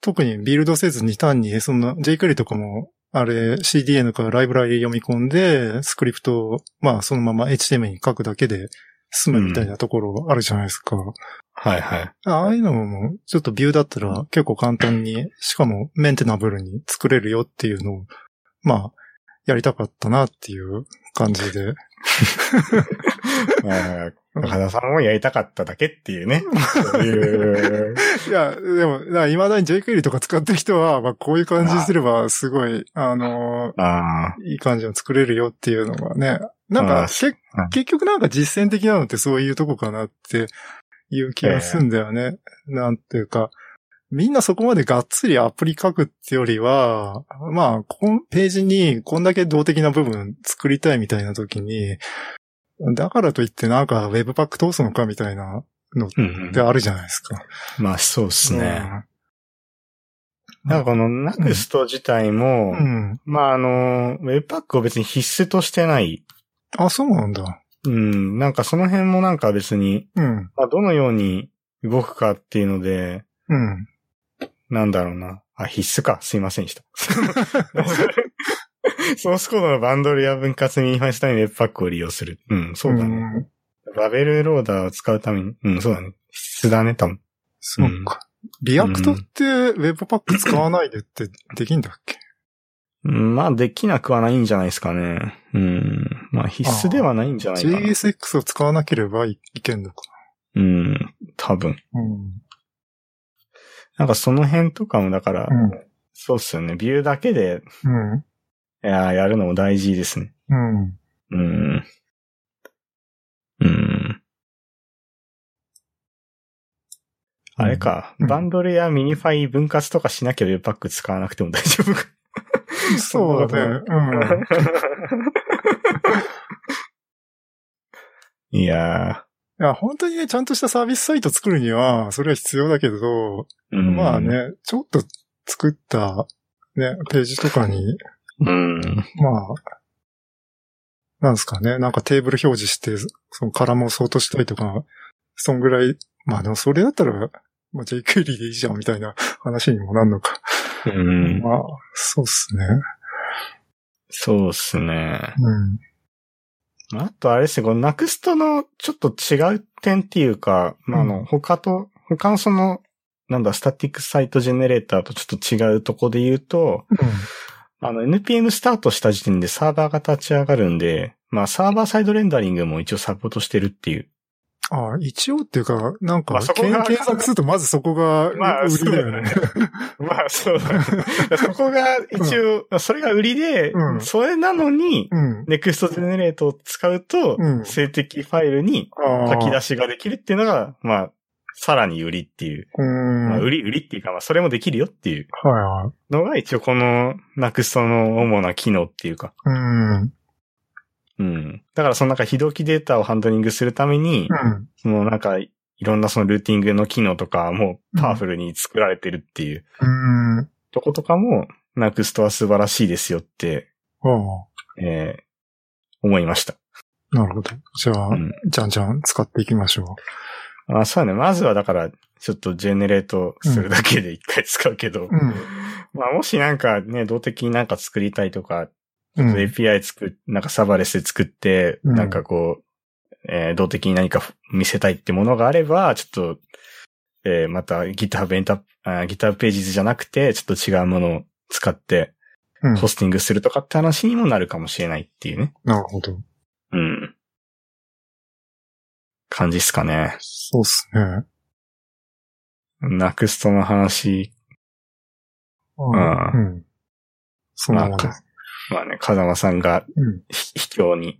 [SPEAKER 2] 特にビルドせずに単に、その jQuery とかも、あれ、CDN からライブラリ読み込んで、スクリプトを、まあ、そのまま HTML に書くだけで済むみたいなところあるじゃないですか。
[SPEAKER 1] はいはい。
[SPEAKER 2] ああいうのも、ちょっとビューだったら結構簡単に、しかもメンテナブルに作れるよっていうのを、まあ、やりたかったなっていう感じで。
[SPEAKER 1] まあ、中田さんもやりたかっただけっていう ね。そういう。
[SPEAKER 2] いや、でも、だいまだに jQuery とか使ってる人は、まあ、こういう感じすれば、すごい、あのー
[SPEAKER 1] あ
[SPEAKER 2] いい感じの作れるよっていうのがね。なん
[SPEAKER 1] あ
[SPEAKER 2] か、
[SPEAKER 1] ー
[SPEAKER 2] け結局なんか実践的なのってそういうとこかなっていう気がするんだよね。なんていうか、みんなそこまでがっつりアプリ書くってよりは、まあ、こんページにこんだけ動的な部分作りたいみたいな時に、だからといってなんかウェブパック通すのかみたいなのっ
[SPEAKER 1] うん
[SPEAKER 2] てあるじゃないですか。
[SPEAKER 1] まあそうですね。
[SPEAKER 2] うん
[SPEAKER 1] なんかこの NEXT 自体
[SPEAKER 2] う
[SPEAKER 1] も、
[SPEAKER 2] ん。
[SPEAKER 1] まああの、ウェブパックを別に必須としてない。
[SPEAKER 2] あ、そうなんだ。
[SPEAKER 1] うん、なんかその辺もなんか別に、
[SPEAKER 2] うん。
[SPEAKER 1] まあどのように動くかっていうので、
[SPEAKER 2] うん。
[SPEAKER 1] なんだろうな。あ、必須か。すいませ んでした。ソースコードのバンドルや分割ミニファイするためにウェブパックを利用する。うん、 そうだね。
[SPEAKER 2] ん
[SPEAKER 1] バベルローダーを使うために、うん、そうだね。必須だね、多分。
[SPEAKER 2] そうか。リアクトってウェブパック使わないでってできんだっけ
[SPEAKER 1] うんまあ、できなくはないんじゃないですかね。うん。まあ、必須ではないんじゃないかな。
[SPEAKER 2] ?JSX を使わなければいいけんのか
[SPEAKER 1] うん、多分。
[SPEAKER 2] な。うん。
[SPEAKER 1] なんかその辺とかも、だから、
[SPEAKER 2] うん
[SPEAKER 1] そうっすよね。ビューだけで、
[SPEAKER 2] うん。
[SPEAKER 1] いやーやるのも大事ですね。
[SPEAKER 2] うん。
[SPEAKER 1] うん。うん。あれか、
[SPEAKER 2] うん
[SPEAKER 1] バンドルやミニファイ分割とかしなきゃウェブパック使わなくても大丈夫 か。
[SPEAKER 2] そうだね。うん。
[SPEAKER 1] いや
[SPEAKER 2] いや、本当にね、ちゃんとしたサービスサイト作るには、それは必要だけど、
[SPEAKER 1] ー、うん
[SPEAKER 2] まあ。ね、ちょっと作った、ね、ページとかに、
[SPEAKER 1] うん。
[SPEAKER 2] まあ、なんですかね、なんかテーブル表示して、その絡もそうとしたりとか、そんぐらい、まあでもそれだったら、まあ JQuery でいいじゃんみたいな話にもなんのか。
[SPEAKER 1] うん。
[SPEAKER 2] まあ、そうっすね。
[SPEAKER 1] そうっすね。
[SPEAKER 2] うん。
[SPEAKER 1] あとあれっすね、このナクストのちょっと違う点っていうか、まあ、あ
[SPEAKER 2] う
[SPEAKER 1] の、他と、他のその、なんだ、スタティックサイトジェネレーターとちょっと違うとこで言うと、あの、NPM スタートした時点でサーバーが立ち上がるんで、まあ、サーバーサイドレンダリングも一応サポートしてるっていう。
[SPEAKER 2] ああ、一応っていうか、なんか、
[SPEAKER 1] まあそこが
[SPEAKER 2] 検索するとまずそこが
[SPEAKER 1] まあ
[SPEAKER 2] 売りだよね。
[SPEAKER 1] まあ、そうだ、 そこが一応、それが売りで、
[SPEAKER 2] うん
[SPEAKER 1] それなのに、
[SPEAKER 2] うん。
[SPEAKER 1] ネクストジェネレートを使うと、
[SPEAKER 2] うん
[SPEAKER 1] 静的ファイルに
[SPEAKER 2] ああ
[SPEAKER 1] 書き出しができるっていうのが、まあ、さらに売りっていう。
[SPEAKER 2] うん。
[SPEAKER 1] まあ、
[SPEAKER 2] はい
[SPEAKER 1] 売り、売りっていうか、まあ、それもできるよっていう
[SPEAKER 2] はい。
[SPEAKER 1] のが一応このなくその主な機能っていうか。
[SPEAKER 2] うん。うん。
[SPEAKER 1] うん。だからそのなんか非同期データをハンドリングするために、そのなんかいろんなそのルーティングの機能とかもうパワフルに作られてるっていう
[SPEAKER 2] うん。あ
[SPEAKER 1] とことかも、なくすとは素晴らしいですよって、
[SPEAKER 2] あ、
[SPEAKER 1] えー思いました。
[SPEAKER 2] なるほど。じゃあ、
[SPEAKER 1] うん
[SPEAKER 2] じゃんじゃん使っていきましょ
[SPEAKER 1] まあそうだね。まずはだから、ちょっとジェネレートするだけで一回使うけど、
[SPEAKER 2] う。うん。
[SPEAKER 1] まあもしなんかね、動的になんか作りたいとか、
[SPEAKER 2] うん。
[SPEAKER 1] API 作っ、なんかサーバーレスで作って、
[SPEAKER 2] うん
[SPEAKER 1] なんかこう、えー動的に何か見せたいってものがあれば、ちょっと、えーまた GitHub エンタ、あー GitHub ページズじゃなくて、ちょっと違うものを使って
[SPEAKER 2] うん
[SPEAKER 1] ホスティングするとかって話にもなるかもしれないっていうね。
[SPEAKER 2] なるほど。
[SPEAKER 1] うん。感じっすかね。
[SPEAKER 2] そうっすね。
[SPEAKER 1] ナクストの話、ああ
[SPEAKER 2] うん。そんなもん
[SPEAKER 1] まあ
[SPEAKER 2] です。
[SPEAKER 1] まあね、風間さんが
[SPEAKER 2] うん。
[SPEAKER 1] ひ卑怯に
[SPEAKER 2] ん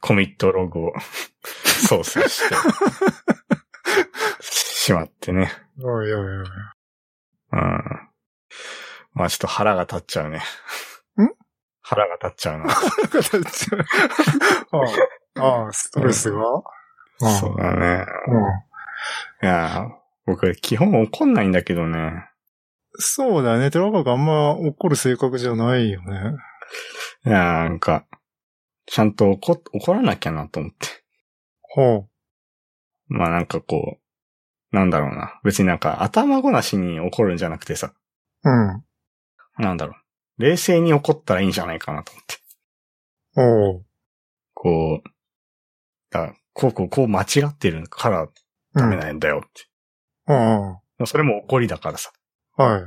[SPEAKER 1] コミットログを 操作して、しまってね。
[SPEAKER 2] おいおいおい。
[SPEAKER 1] うん。まあちょっと腹が立っちゃうね。
[SPEAKER 2] ん
[SPEAKER 1] 腹が立っちゃうな。
[SPEAKER 2] あ あ、ああ、ストレスが、ああ
[SPEAKER 1] そうだね。
[SPEAKER 2] うん
[SPEAKER 1] いやー、僕、基本怒んないんだけどね。
[SPEAKER 2] そうだね。寺川があんま怒る性格じゃないよね。
[SPEAKER 1] いやー、なんか、ちゃんと怒っ、怒らなきゃなと思って。
[SPEAKER 2] ほ
[SPEAKER 1] まあなんかこう、なんだろうな。別になんか頭ごなしに怒るんじゃなくてさ、
[SPEAKER 2] う。うん。
[SPEAKER 1] なんだろう。冷静に怒ったらいいんじゃないかなと思って。
[SPEAKER 2] おう。
[SPEAKER 1] こう、だこうこうこう間違ってるからダメなんだよって。
[SPEAKER 2] うん。うん。
[SPEAKER 1] でもそれも怒りだからさ。
[SPEAKER 2] はい。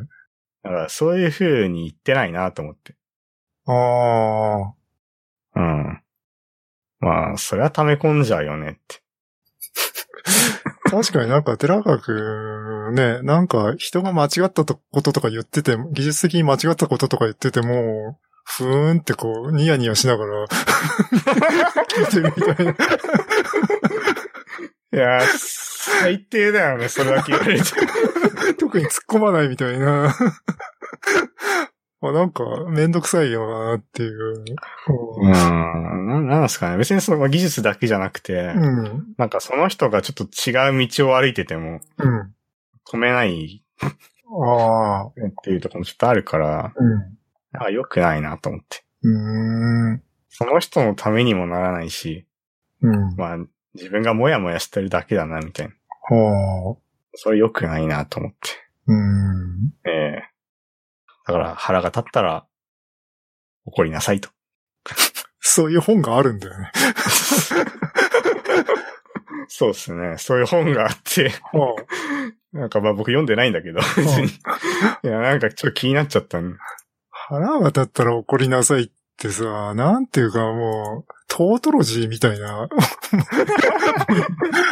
[SPEAKER 1] だからそういう風に言ってないなと思って。
[SPEAKER 2] ああ。
[SPEAKER 1] うん。まあ、それは溜め込んじゃうよねって。
[SPEAKER 2] 確かになんか寺川くんね、なんか人が間違ったとこととか言ってても、技術的に間違ったこととか言ってても、ふーんってこう、ニヤニヤしながら、聞いてるみたいな。
[SPEAKER 1] いやー、最低だ よね、それだけ言われて。
[SPEAKER 2] 特に突っ込まないみたいな。 あなんか、めんどくさいよなっていう。
[SPEAKER 1] うん。ななんですかね。別にその技術だけじゃなくて、
[SPEAKER 2] うん。
[SPEAKER 1] なんかその人がちょっと違う道を歩いてても
[SPEAKER 2] うん。
[SPEAKER 1] 止めない
[SPEAKER 2] ああ。
[SPEAKER 1] っていうところもちょっとあるから、
[SPEAKER 2] う
[SPEAKER 1] なんか良くないなと思って。
[SPEAKER 2] ん。う
[SPEAKER 1] その人のためにもならないし、
[SPEAKER 2] ーん。うん。
[SPEAKER 1] まあ自分がモヤモヤしてるだけだなみたいな。
[SPEAKER 2] はあ。
[SPEAKER 1] それ良くないなと思って。
[SPEAKER 2] うん。
[SPEAKER 1] ええだから腹が立ったら怒りなさい と。
[SPEAKER 2] そういう本があるんだよね。
[SPEAKER 1] そうですね。そういう本があって、
[SPEAKER 2] は
[SPEAKER 1] なんかまあ僕読んでないんだけど、別に。いや、なんかちょっと気になっちゃったね。
[SPEAKER 2] 腹が立ったら怒りなさいってさ、なんていうかもう、トートロジーみた いな。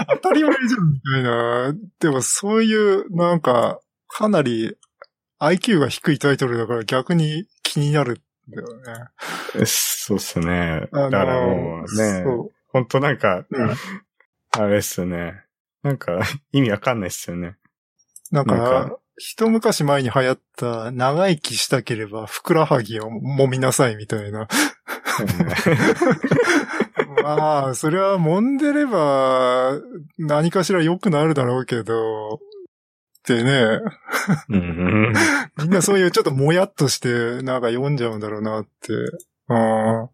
[SPEAKER 2] 当たり前じゃんみたいな。でもそういう、なんか、かなり IQ が低いタイトルだから逆に気になるんだよね。
[SPEAKER 1] そうっすね。
[SPEAKER 2] あの
[SPEAKER 1] だからもうね、
[SPEAKER 2] そ
[SPEAKER 1] ほんとなんか、
[SPEAKER 2] う。うん
[SPEAKER 1] あれっすね。なんか、意味わかんないっすよ ね。
[SPEAKER 2] なん
[SPEAKER 1] なん
[SPEAKER 2] か、一昔前に流行った、長生きしたければ、ふくらはぎを揉みなさいみたいな。まあ、それは揉んでれば、何かしら良くなるだろうけど、ってね、
[SPEAKER 1] うん
[SPEAKER 2] みんなそういうちょっともやっとして、なんか読んじゃうんだろうなって。うん。あ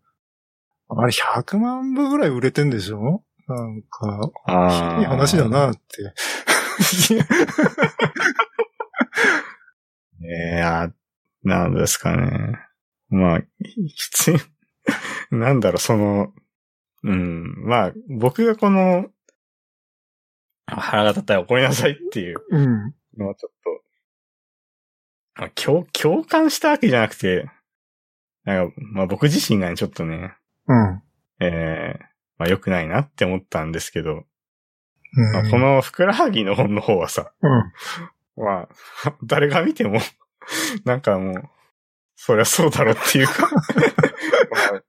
[SPEAKER 2] れ、100万部ぐらい売れてんでしょなんか、
[SPEAKER 1] あー
[SPEAKER 2] いい話だ。なって。
[SPEAKER 1] いや、なんですかね。まあ、必要、 なんだろう、その、うん、まあ、僕がこの、腹が立ったら怒りなさいっていう
[SPEAKER 2] うん。
[SPEAKER 1] のはちょっと、まあ、共、共感したわけじゃなくて、なんか、まあ僕自身がね、ちょっとね、
[SPEAKER 2] うん。
[SPEAKER 1] ええまあ良くないなって思ったんですけど、
[SPEAKER 2] うん。
[SPEAKER 1] まあこのふくらはぎの本の方はさ、
[SPEAKER 2] うん。
[SPEAKER 1] まあ、誰が見ても、 なんかもう、そりゃそうだろっていうか、まあ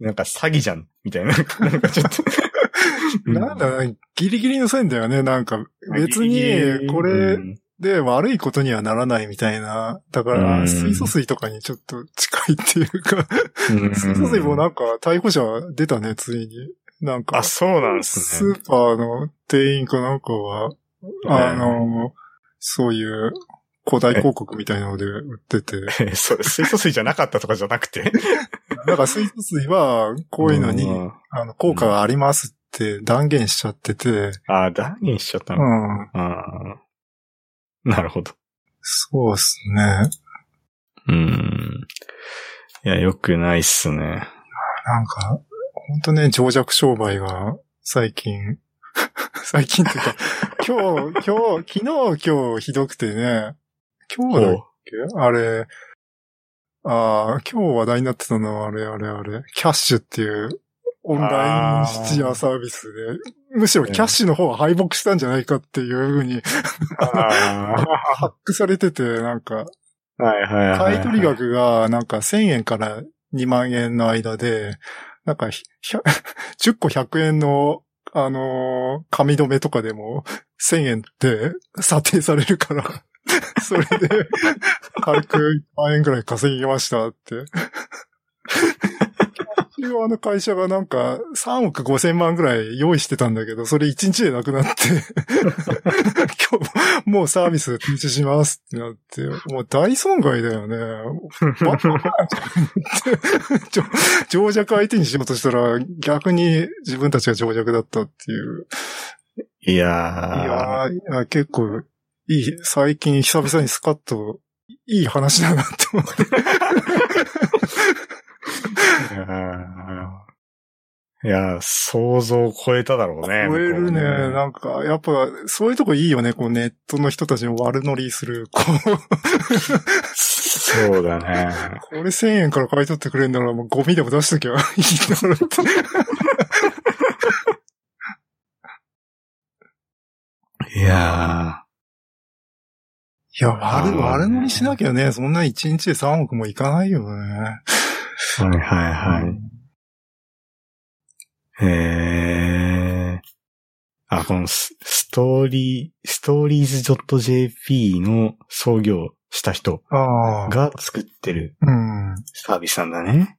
[SPEAKER 1] なんか詐欺じゃん、みたいな。なんかちょっと。
[SPEAKER 2] なんだな、ギリギリの線だよね。なんか、別に、これ
[SPEAKER 1] う、ん
[SPEAKER 2] で、悪いことにはならないみたいな。だか
[SPEAKER 1] う
[SPEAKER 2] ら、
[SPEAKER 1] ん
[SPEAKER 2] 水素水とかにちょっと近いっていうか、水素水もなんか逮捕者出たね、ついに。なんか、
[SPEAKER 1] あ、そうなんです
[SPEAKER 2] ス
[SPEAKER 1] ね。
[SPEAKER 2] ーパーの店員かなんかは、あの、そういう古代広告みたいなので売ってて、
[SPEAKER 1] えそれ、水素水じゃなかったとかじゃなくて。
[SPEAKER 2] なんか水素水は、こういうのに、
[SPEAKER 1] ん
[SPEAKER 2] あの、効果がありますって断言しちゃってて、
[SPEAKER 1] あ、断言しちゃった
[SPEAKER 2] う
[SPEAKER 1] の。
[SPEAKER 2] ん、
[SPEAKER 1] あーなるほど。
[SPEAKER 2] そうですね。
[SPEAKER 1] うん。いや、良くないっすね。
[SPEAKER 2] なんか、ほんとね、情弱商売が最近、 最近っていうか、今日、今日、昨日、今日ひどくてね、今日だっ
[SPEAKER 1] こ
[SPEAKER 2] けあれ、ああ、今日話題になってたのはあれあれあれ、キャッシュっていうオンラインシチアサービスで、むしろキャッシュの方は敗北したんじゃないかっていうふうに
[SPEAKER 1] うあ
[SPEAKER 2] ハックされてて、なんか、
[SPEAKER 1] ーはいはいはいはい。
[SPEAKER 2] 買取額がなんか1000円から2万円の間で、なんかひひゃ 10個100円の、あのー紙留めとかでも1000円って査定されるから、 それで軽く1万円ぐらい稼ぎましたって。キャッシュアの会社がなんか3億5千万ぐらい用意してたんだけど、それ1日でなく なって、今日もうサービス停止しますってなって、もう大損害だよね。 バカなんじゃないって情情弱相手にしようとしたら逆に自分たちが情弱だったっていう。
[SPEAKER 1] いや
[SPEAKER 2] い
[SPEAKER 1] ー。
[SPEAKER 2] やーいや結構いい、最近久々にスカッといい話だなって思って。
[SPEAKER 1] あーいやー、想像を超えただろうね。
[SPEAKER 2] 超えるね。
[SPEAKER 1] 向こう
[SPEAKER 2] なんか、やっぱ、そういうとこいいよね。こう、ネットの人たちの悪乗りする。こう、
[SPEAKER 1] そうだね。
[SPEAKER 2] これ1000円から買い取ってくれるなら、もうゴミでも出しときゃいいだろうって。
[SPEAKER 1] いや
[SPEAKER 2] いや、悪、
[SPEAKER 1] あー
[SPEAKER 2] 悪乗りしなきゃね、そんな1日で3億もいかないよね。
[SPEAKER 1] ー。はいはいはい。えー。あ、このスストーリー、ストーリーズ .jp の創業した人
[SPEAKER 2] ああ。
[SPEAKER 1] が作ってる
[SPEAKER 2] うん。
[SPEAKER 1] サービスなんだね。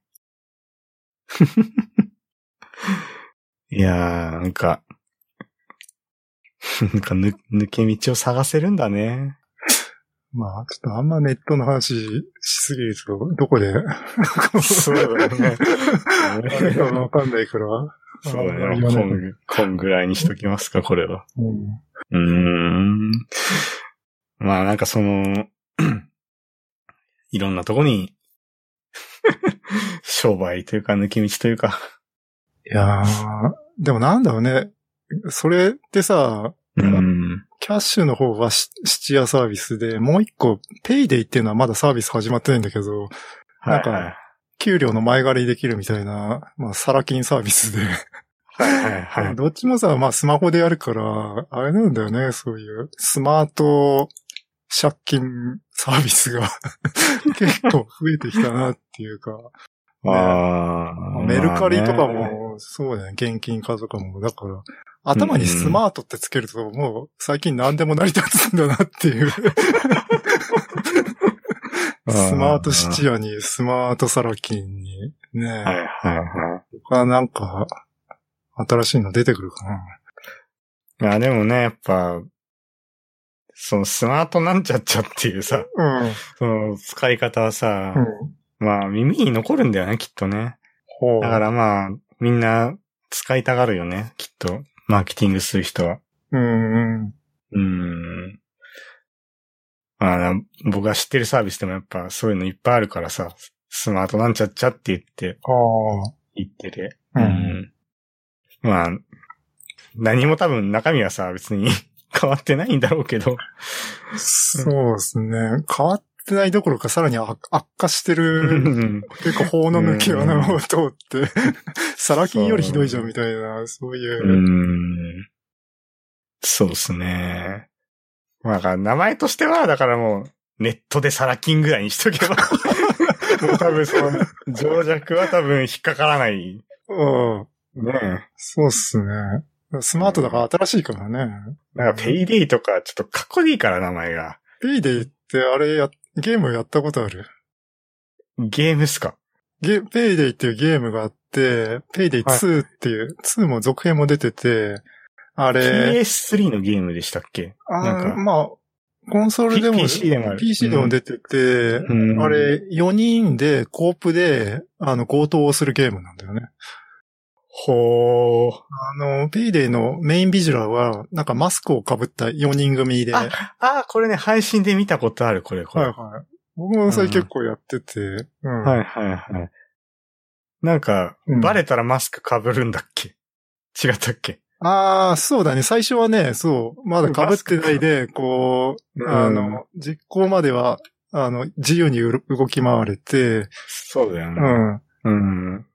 [SPEAKER 1] いやー、なんか、 なんかぬ抜け道を探せるんだね。
[SPEAKER 2] まあ、ちょっとあんまネットの話しすぎると、ど こで、
[SPEAKER 1] そうだね
[SPEAKER 2] 誰かわかんないから。
[SPEAKER 1] そうだ
[SPEAKER 2] あんま
[SPEAKER 1] ね。
[SPEAKER 2] り言わ
[SPEAKER 1] こ
[SPEAKER 2] ない
[SPEAKER 1] んぐ、こんぐらいにしときますか、これは。
[SPEAKER 2] うん。
[SPEAKER 1] うーん。まあなんかその、 いろんなとこに、 商売というか抜け道というか。
[SPEAKER 2] いやー、でもなんだろうね。それってさ、
[SPEAKER 1] うん。
[SPEAKER 2] キャッシュの方はシシチアサービスで、もう一個、ペイデイっていうのはまだサービス始まってないんだけど、なんか
[SPEAKER 1] はい
[SPEAKER 2] 給料の前借りできるみたいな、まあ、サラ金サービスで。
[SPEAKER 1] はいはいはい。
[SPEAKER 2] どっちもさ、まあ、スマホでやるから、あれなんだよね、そういう、スマート借金サービスが 結構増えてきたなっていうか、
[SPEAKER 1] あ
[SPEAKER 2] まあ
[SPEAKER 1] ー
[SPEAKER 2] メルカリとか。
[SPEAKER 1] まあね
[SPEAKER 2] も、そうだね、現金化とかも、だから、頭にスマートってつけると、もう最近何でも成り立つんだなっ ていう。スマートシチアに、スマートサラ金に、ね、
[SPEAKER 1] はいはいは
[SPEAKER 2] 他なんか、新しいの出てくるかな。
[SPEAKER 1] い。いやでもね、やっぱ、そのスマートなんちゃっちゃっていうさ、
[SPEAKER 2] うん。
[SPEAKER 1] その使い方はさ、
[SPEAKER 2] うん。
[SPEAKER 1] まあ耳に残るんだよね、きっとね。
[SPEAKER 2] ほう。
[SPEAKER 1] だからまあ、みんな使いたがるよね、きっと。マーケティングする人は。
[SPEAKER 2] うんうん。
[SPEAKER 1] うーん。まあな、僕が知ってるサービスでもやっぱそういうのいっぱいあるからさ、スマートなんちゃっちゃって言って、
[SPEAKER 2] あ
[SPEAKER 1] 言ってて。
[SPEAKER 2] あ。う。
[SPEAKER 1] うんんまあ、何も多分中身はさ、別に 変わってないんだろうけど。
[SPEAKER 2] そうですね。変わってないどころか、さらに悪悪化して る、結構法の抜け穴を通って、サラ金よりひどいじゃんみたいな、そう
[SPEAKER 1] う
[SPEAKER 2] いう。
[SPEAKER 1] ん。そうですね。まあ、だから名前としては、だからもう、ネットでサラ金ぐらいにしとけば、もう多分その、情弱は多分引っかからない。
[SPEAKER 2] うん。
[SPEAKER 1] ね
[SPEAKER 2] そうっすね。スマートだから新しいからね。
[SPEAKER 1] なんか、ペイデイとか、ちょっとかっこいいから、名前が。
[SPEAKER 2] ペイで行って、あれや、ゲームやったことある
[SPEAKER 1] ゲームっすか
[SPEAKER 2] ゲ、ペイデイっていうゲームがあって、ペイデイ2っていう、2も続編も出てて、あれ、
[SPEAKER 1] ?PS3 のゲームでしたっけ
[SPEAKER 2] あー
[SPEAKER 1] なんか
[SPEAKER 2] まあ、コンソールでも、
[SPEAKER 1] P- PC でもある
[SPEAKER 2] PC でも出てて、
[SPEAKER 1] うん
[SPEAKER 2] あれ、4人で、コープで、あの、強盗をするゲームなんだよね。
[SPEAKER 1] ほー。
[SPEAKER 2] あの、ペイデイのメインビジュアルは、なんかマスクをかぶった4人組で、はいは
[SPEAKER 1] ああ、これね、配信で見たことある、これ、これ。
[SPEAKER 2] い。僕もそれ結構やってて、うん。
[SPEAKER 1] はいはいはい。なんか
[SPEAKER 2] うん、
[SPEAKER 1] バレたらマスク被るんだっけ、 違ったっけ
[SPEAKER 2] ああ、そうだね。最初はね、そう、まだ被ってないで、こう、あの、実行までは、あの、自由にうろ動き回れて、
[SPEAKER 1] そうだよ
[SPEAKER 2] う
[SPEAKER 1] ね。
[SPEAKER 2] ん、うん。
[SPEAKER 1] うん。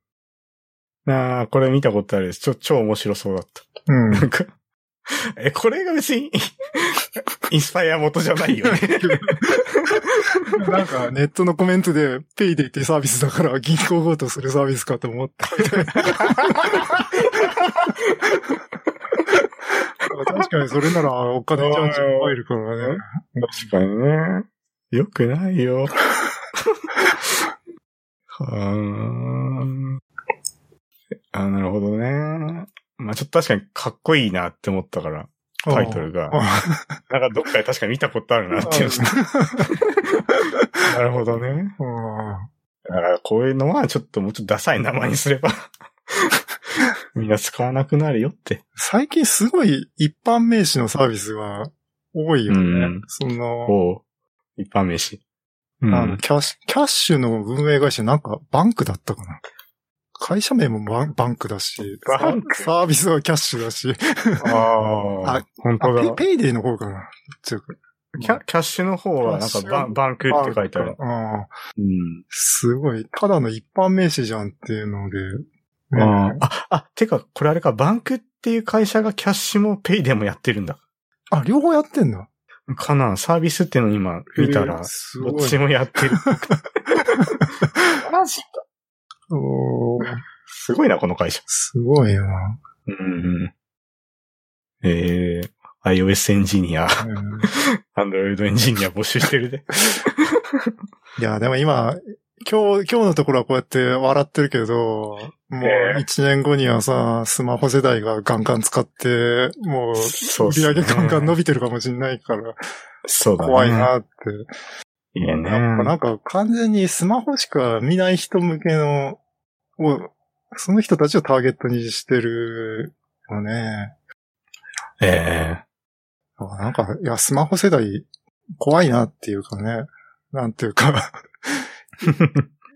[SPEAKER 1] ああ、これ見たことあるです。ちょ、超面白そうだった。 なんか、え、これが別に、 インスパイア元じゃないよね。
[SPEAKER 2] なんか、ネットのコメントで、ペイデイってサービスだから、銀行強盗するサービスかと思ったみたいな。 確かに、それなら、お金ちゃんちゃん入るからね。
[SPEAKER 1] 確かにね。よくない よ。はーあ、なるほどね。まあちょっと確かにかっこいいなって思ったから、タイトルが。なんかどっかで確かに見たことあるなっていう。なるほどね。
[SPEAKER 2] うん。
[SPEAKER 1] だからこういうのはちょっともうちょっとダサい名前にすれ ば、みんな使わなくなるよって。
[SPEAKER 2] 最近すごい一般名詞のサービスが多いよね。
[SPEAKER 1] うん
[SPEAKER 2] その、
[SPEAKER 1] おう一般名詞。う
[SPEAKER 2] あのキャッシュ、キャッシュの運営会社なんかバンクだったかな。会社名もバンバンクだし、
[SPEAKER 1] バンク
[SPEAKER 2] ササービスはキャッシュだし、
[SPEAKER 1] あ
[SPEAKER 2] あ
[SPEAKER 1] あ、本
[SPEAKER 2] あ
[SPEAKER 1] 当だ
[SPEAKER 2] ペ。ペイデイの方かな。ちょっと
[SPEAKER 1] キャキャッシュの方はなんかバンバンクって書いてある。
[SPEAKER 2] ああ
[SPEAKER 1] うん。
[SPEAKER 2] すごい。ただの一般名詞じゃんっていうので、ね
[SPEAKER 1] あーあ、あ、てか、これあれか、バンクっていう会社がキャッシュもペイでもやってるんだ。
[SPEAKER 2] あ、両方やってんだ。
[SPEAKER 1] かなサービスっていうの今見た
[SPEAKER 2] え
[SPEAKER 1] ら
[SPEAKER 2] ー、す
[SPEAKER 1] ど
[SPEAKER 2] ご
[SPEAKER 1] っ
[SPEAKER 2] い
[SPEAKER 1] ち。もやって る。マジか。
[SPEAKER 2] おー
[SPEAKER 1] すごいな、この会社。
[SPEAKER 2] すごいな。
[SPEAKER 1] うんうん。ええあ、 iOS エンジニア、
[SPEAKER 2] うん
[SPEAKER 1] Android エンジニア募集して るで。
[SPEAKER 2] いや、でも今、今日、今日のところはこうやって笑ってるけど、も
[SPEAKER 1] え
[SPEAKER 2] う一年後にはさ、スマホ世代がガンガン使って、もう、
[SPEAKER 1] そう
[SPEAKER 2] 売り上げガンガン伸びてるかもしれないから、
[SPEAKER 1] そうだね。
[SPEAKER 2] 怖い。なって。
[SPEAKER 1] いやね。
[SPEAKER 2] やっぱなんか完全にスマホしか見ない人向けの、を、その人たちをターゲットにしてるよね。
[SPEAKER 1] え
[SPEAKER 2] なんか、いや、スマホ世代、怖いなっていうかね。なんていう か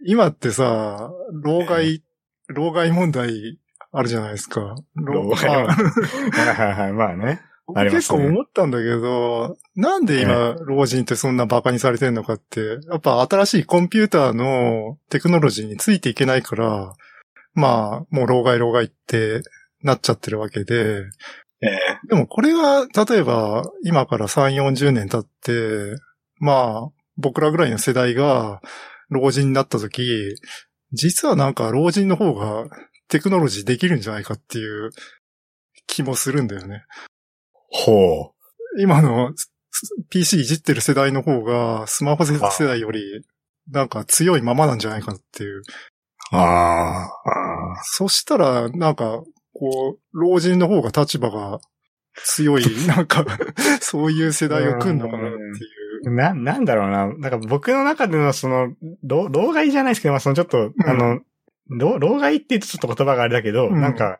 [SPEAKER 2] 今ってさ、老害、老害問題あるじゃないですか。老
[SPEAKER 1] 老害
[SPEAKER 2] まあ
[SPEAKER 1] えはいはいはい、まあね。あ
[SPEAKER 2] 僕
[SPEAKER 1] りま
[SPEAKER 2] 結
[SPEAKER 1] す
[SPEAKER 2] 構
[SPEAKER 1] ね
[SPEAKER 2] 思ったんだけど、なんで今、老人ってそんなバカにされてんのかって、やっぱ新しいコンピューターのテクノロジーについていけないから、まあ、もう老害老害ってなっちゃってるわけで、
[SPEAKER 1] ええ
[SPEAKER 2] でもこれが、例えば、今から3、40年経って、まあ、僕らぐらいの世代が、老人になった時、実はなんか老人の方がテクノロジーできるんじゃないかっていう気もするんだよね。
[SPEAKER 1] ほ
[SPEAKER 2] 今のすす PC いじってる世代の方が、スマホ世
[SPEAKER 1] あ
[SPEAKER 2] 世代より、なんか強いままなんじゃないかっていう。
[SPEAKER 1] う。ああ。
[SPEAKER 2] そしたら、なんか、こう、老人の方が立場が強い、なんか、そういう世代を組んだかなっていう。
[SPEAKER 1] な、なんだろうな。なんか僕の中でのその、老老害じゃないですけど、まあそのちょっと、
[SPEAKER 2] ん
[SPEAKER 1] あの、老老害って言うとちょっと言葉があれだけど、
[SPEAKER 2] うん
[SPEAKER 1] なんか、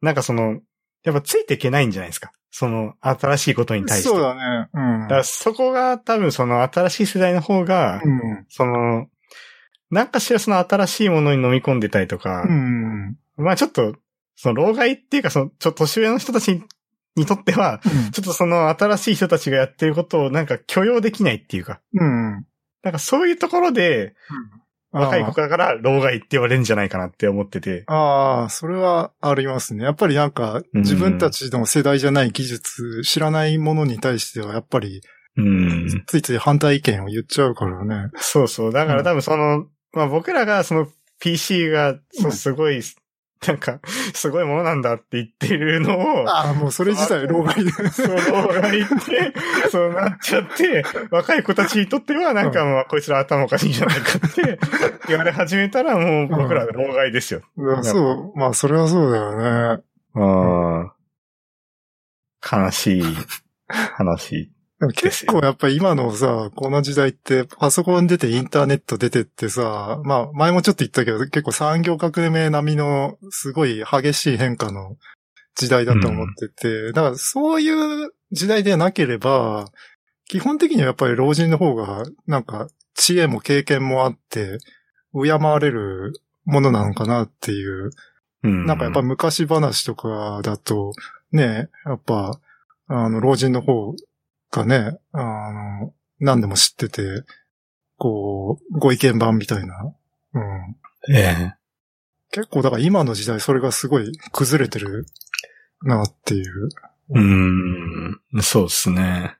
[SPEAKER 1] なんかその、やっぱついていけないんじゃないですか。その、新しいことに対して。
[SPEAKER 2] そう
[SPEAKER 1] だ。
[SPEAKER 2] だね。うん。
[SPEAKER 1] からそこが多分その新しい世代の方が、
[SPEAKER 2] うん
[SPEAKER 1] その、なんかしらその新しいものに飲み込んでたりとか、
[SPEAKER 2] うん。うん
[SPEAKER 1] まあちょっと、その老害っていうか、その、ちょっと年上の人たちににとっては、ちょっとその新しい人たちがやってることをなんか許容できないっていうか、
[SPEAKER 2] うん。
[SPEAKER 1] なんかそういうところで、若い
[SPEAKER 2] あ
[SPEAKER 1] 子
[SPEAKER 2] ー
[SPEAKER 1] から老害って言われるんじゃないかなって思ってて。
[SPEAKER 2] あー、それはありますね。やっぱりなんか、
[SPEAKER 1] うん
[SPEAKER 2] 自分たちの世代じゃない技術、知らないものに対しては、やっぱり、
[SPEAKER 1] うん。
[SPEAKER 2] ついつい反対意見を言っちゃうからね。
[SPEAKER 1] そうそう。だか
[SPEAKER 2] う
[SPEAKER 1] ら
[SPEAKER 2] ん
[SPEAKER 1] 多分その、まあ僕らがその PC が、
[SPEAKER 2] う
[SPEAKER 1] そ
[SPEAKER 2] ん
[SPEAKER 1] う、すごい、なんか、すごいものなんだって言ってるのを、
[SPEAKER 2] ああ、もうそれ自体、老害で。
[SPEAKER 1] その老害って、そうなっちゃって、若い子たちにとってはなんかもう、こいつら頭おかしいんじゃないかって言われ始めたらもう僕ら老害ですよ。
[SPEAKER 2] うんそう、まあ、それはそうだよね。
[SPEAKER 1] ああ。悲しい話。
[SPEAKER 2] でも結構やっぱり今のさ、この時代ってパソコン出てインターネット出てってさ、まあ前もちょっと言ったけど結構産業革命並みのすごい激しい変化の時代だと思ってて、だからそういう時代でなければ、基本的にはやっぱり老人の方がなんか知恵も経験もあって、敬われるものなのかなっていう
[SPEAKER 1] うん
[SPEAKER 2] なんかやっぱ昔話とかだと、ね、やっぱ、あの、老人の方がね、あの、何でも知ってて、こう、ご意見番みたいな。うん。
[SPEAKER 1] ええ
[SPEAKER 2] 結構だから今の時代それがすごい崩れてるなっていう。
[SPEAKER 1] うん、そうですね。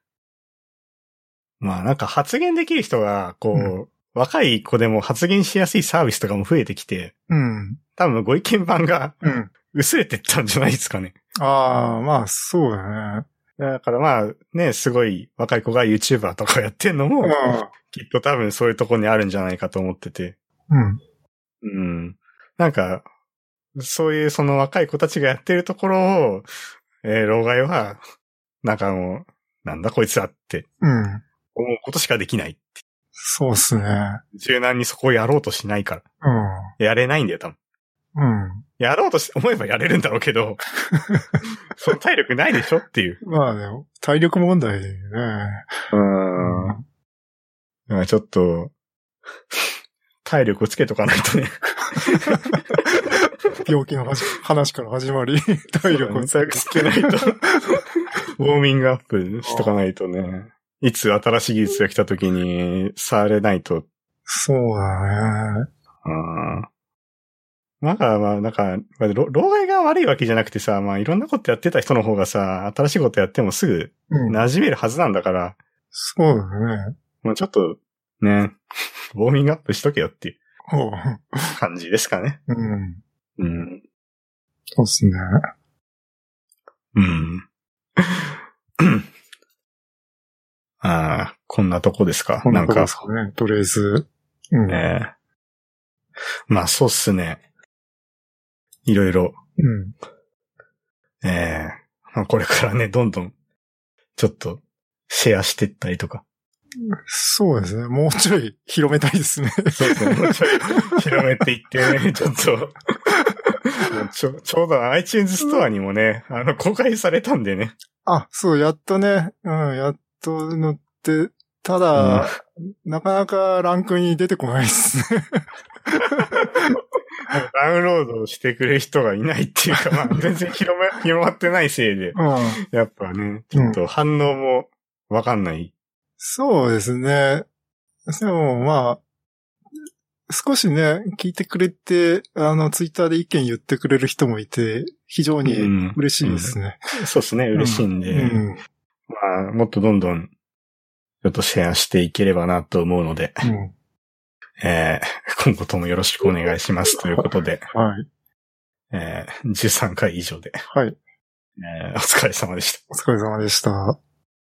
[SPEAKER 1] まあなんか発言できる人が、こう、
[SPEAKER 2] う
[SPEAKER 1] 若い子でも発言しやすいサービスとかも増えてきて、
[SPEAKER 2] うん。
[SPEAKER 1] 多分ご意見版が
[SPEAKER 2] うん。
[SPEAKER 1] 薄れてったんじゃないですかね。
[SPEAKER 2] ああ、まあ、そうだね。
[SPEAKER 1] だからまあね、すごい若い子が YouTuber とかやってんのも、きっと多分そういうとこにあるんじゃないかと思ってて。
[SPEAKER 2] うん。
[SPEAKER 1] うん。なんか、そういうその若い子たちがやってるところを、えー老害は、なんかもう、なんだこいつらって
[SPEAKER 2] うん。
[SPEAKER 1] 思うことしかできない。
[SPEAKER 2] そうっすね。
[SPEAKER 1] 柔軟にそこをやろうとしないから。やれないんだよ、多分。
[SPEAKER 2] うん。うん。
[SPEAKER 1] やろうとし、思えばやれるんだろうけど、その体力ないでしょっていう。
[SPEAKER 2] まあね、体力問題ね。うん。
[SPEAKER 1] うん。ちょっと、体力をつけとかないとね。
[SPEAKER 2] 病気の話 話から 始まり、体力を
[SPEAKER 1] そうだねつけないと。ウォーミングアップしとかないとね。いつ新しい技術が来た時に、触れないと。
[SPEAKER 2] そうだね。
[SPEAKER 1] うん。なんか、まあ、なんか、まあ老老害が悪いわけじゃなくてさ、まあ、いろんなことやってた人の方がさ、新しいことやってもすぐ
[SPEAKER 2] うん、
[SPEAKER 1] 馴染めるはずなんだから、
[SPEAKER 2] そうだね。
[SPEAKER 1] もうちょっと、ね、ウォーミングアップしとけよっていう
[SPEAKER 2] ほう。
[SPEAKER 1] 感じですかね。
[SPEAKER 2] うん。
[SPEAKER 1] うん。
[SPEAKER 2] そうっすね。
[SPEAKER 1] うん。ああ、こんなとこですか。
[SPEAKER 2] こん
[SPEAKER 1] な
[SPEAKER 2] なんとこ
[SPEAKER 1] か
[SPEAKER 2] で、すかね。とりあえず。うん。
[SPEAKER 1] ええまあ、そうっすね。いろいろ、
[SPEAKER 2] うん。
[SPEAKER 1] ええまあ、これからね、どんどん、ちょっと、シェアしてったりとか。
[SPEAKER 2] そうですね。もうちょい広めたいですね。
[SPEAKER 1] そうそう、もうちょい広めていってね、ちょっと。もうちょ、ちょうど iTunes ストアにもね、あの、公開されたんでね。
[SPEAKER 2] あ、そう、やっとね。うん、やっと乗って、ただ、なかなかランクに出てこないですね。
[SPEAKER 1] ダウンロードしてくれる人がいないっていうか、まあ、全然広め、広まってないせいで、
[SPEAKER 2] うん。
[SPEAKER 1] やっぱね、ちょっと反応もわかんない。
[SPEAKER 2] そうですね。でも、まあ、少しね、聞いてくれて、あの、ツイッターで意見言ってくれる人もいて、非常に
[SPEAKER 1] ん
[SPEAKER 2] 嬉しいですね。
[SPEAKER 1] そうですね、嬉しいん
[SPEAKER 2] う
[SPEAKER 1] で、
[SPEAKER 2] ん。
[SPEAKER 1] まあ、もっとどんどん、ちょっとシェアしていければなと思うので、
[SPEAKER 2] うん。
[SPEAKER 1] えー今後ともよろしくお願いしますということで、
[SPEAKER 2] はい。
[SPEAKER 1] えー13回以上で、
[SPEAKER 2] はい。
[SPEAKER 1] えーお疲れ様でした。
[SPEAKER 2] お疲れ様でした。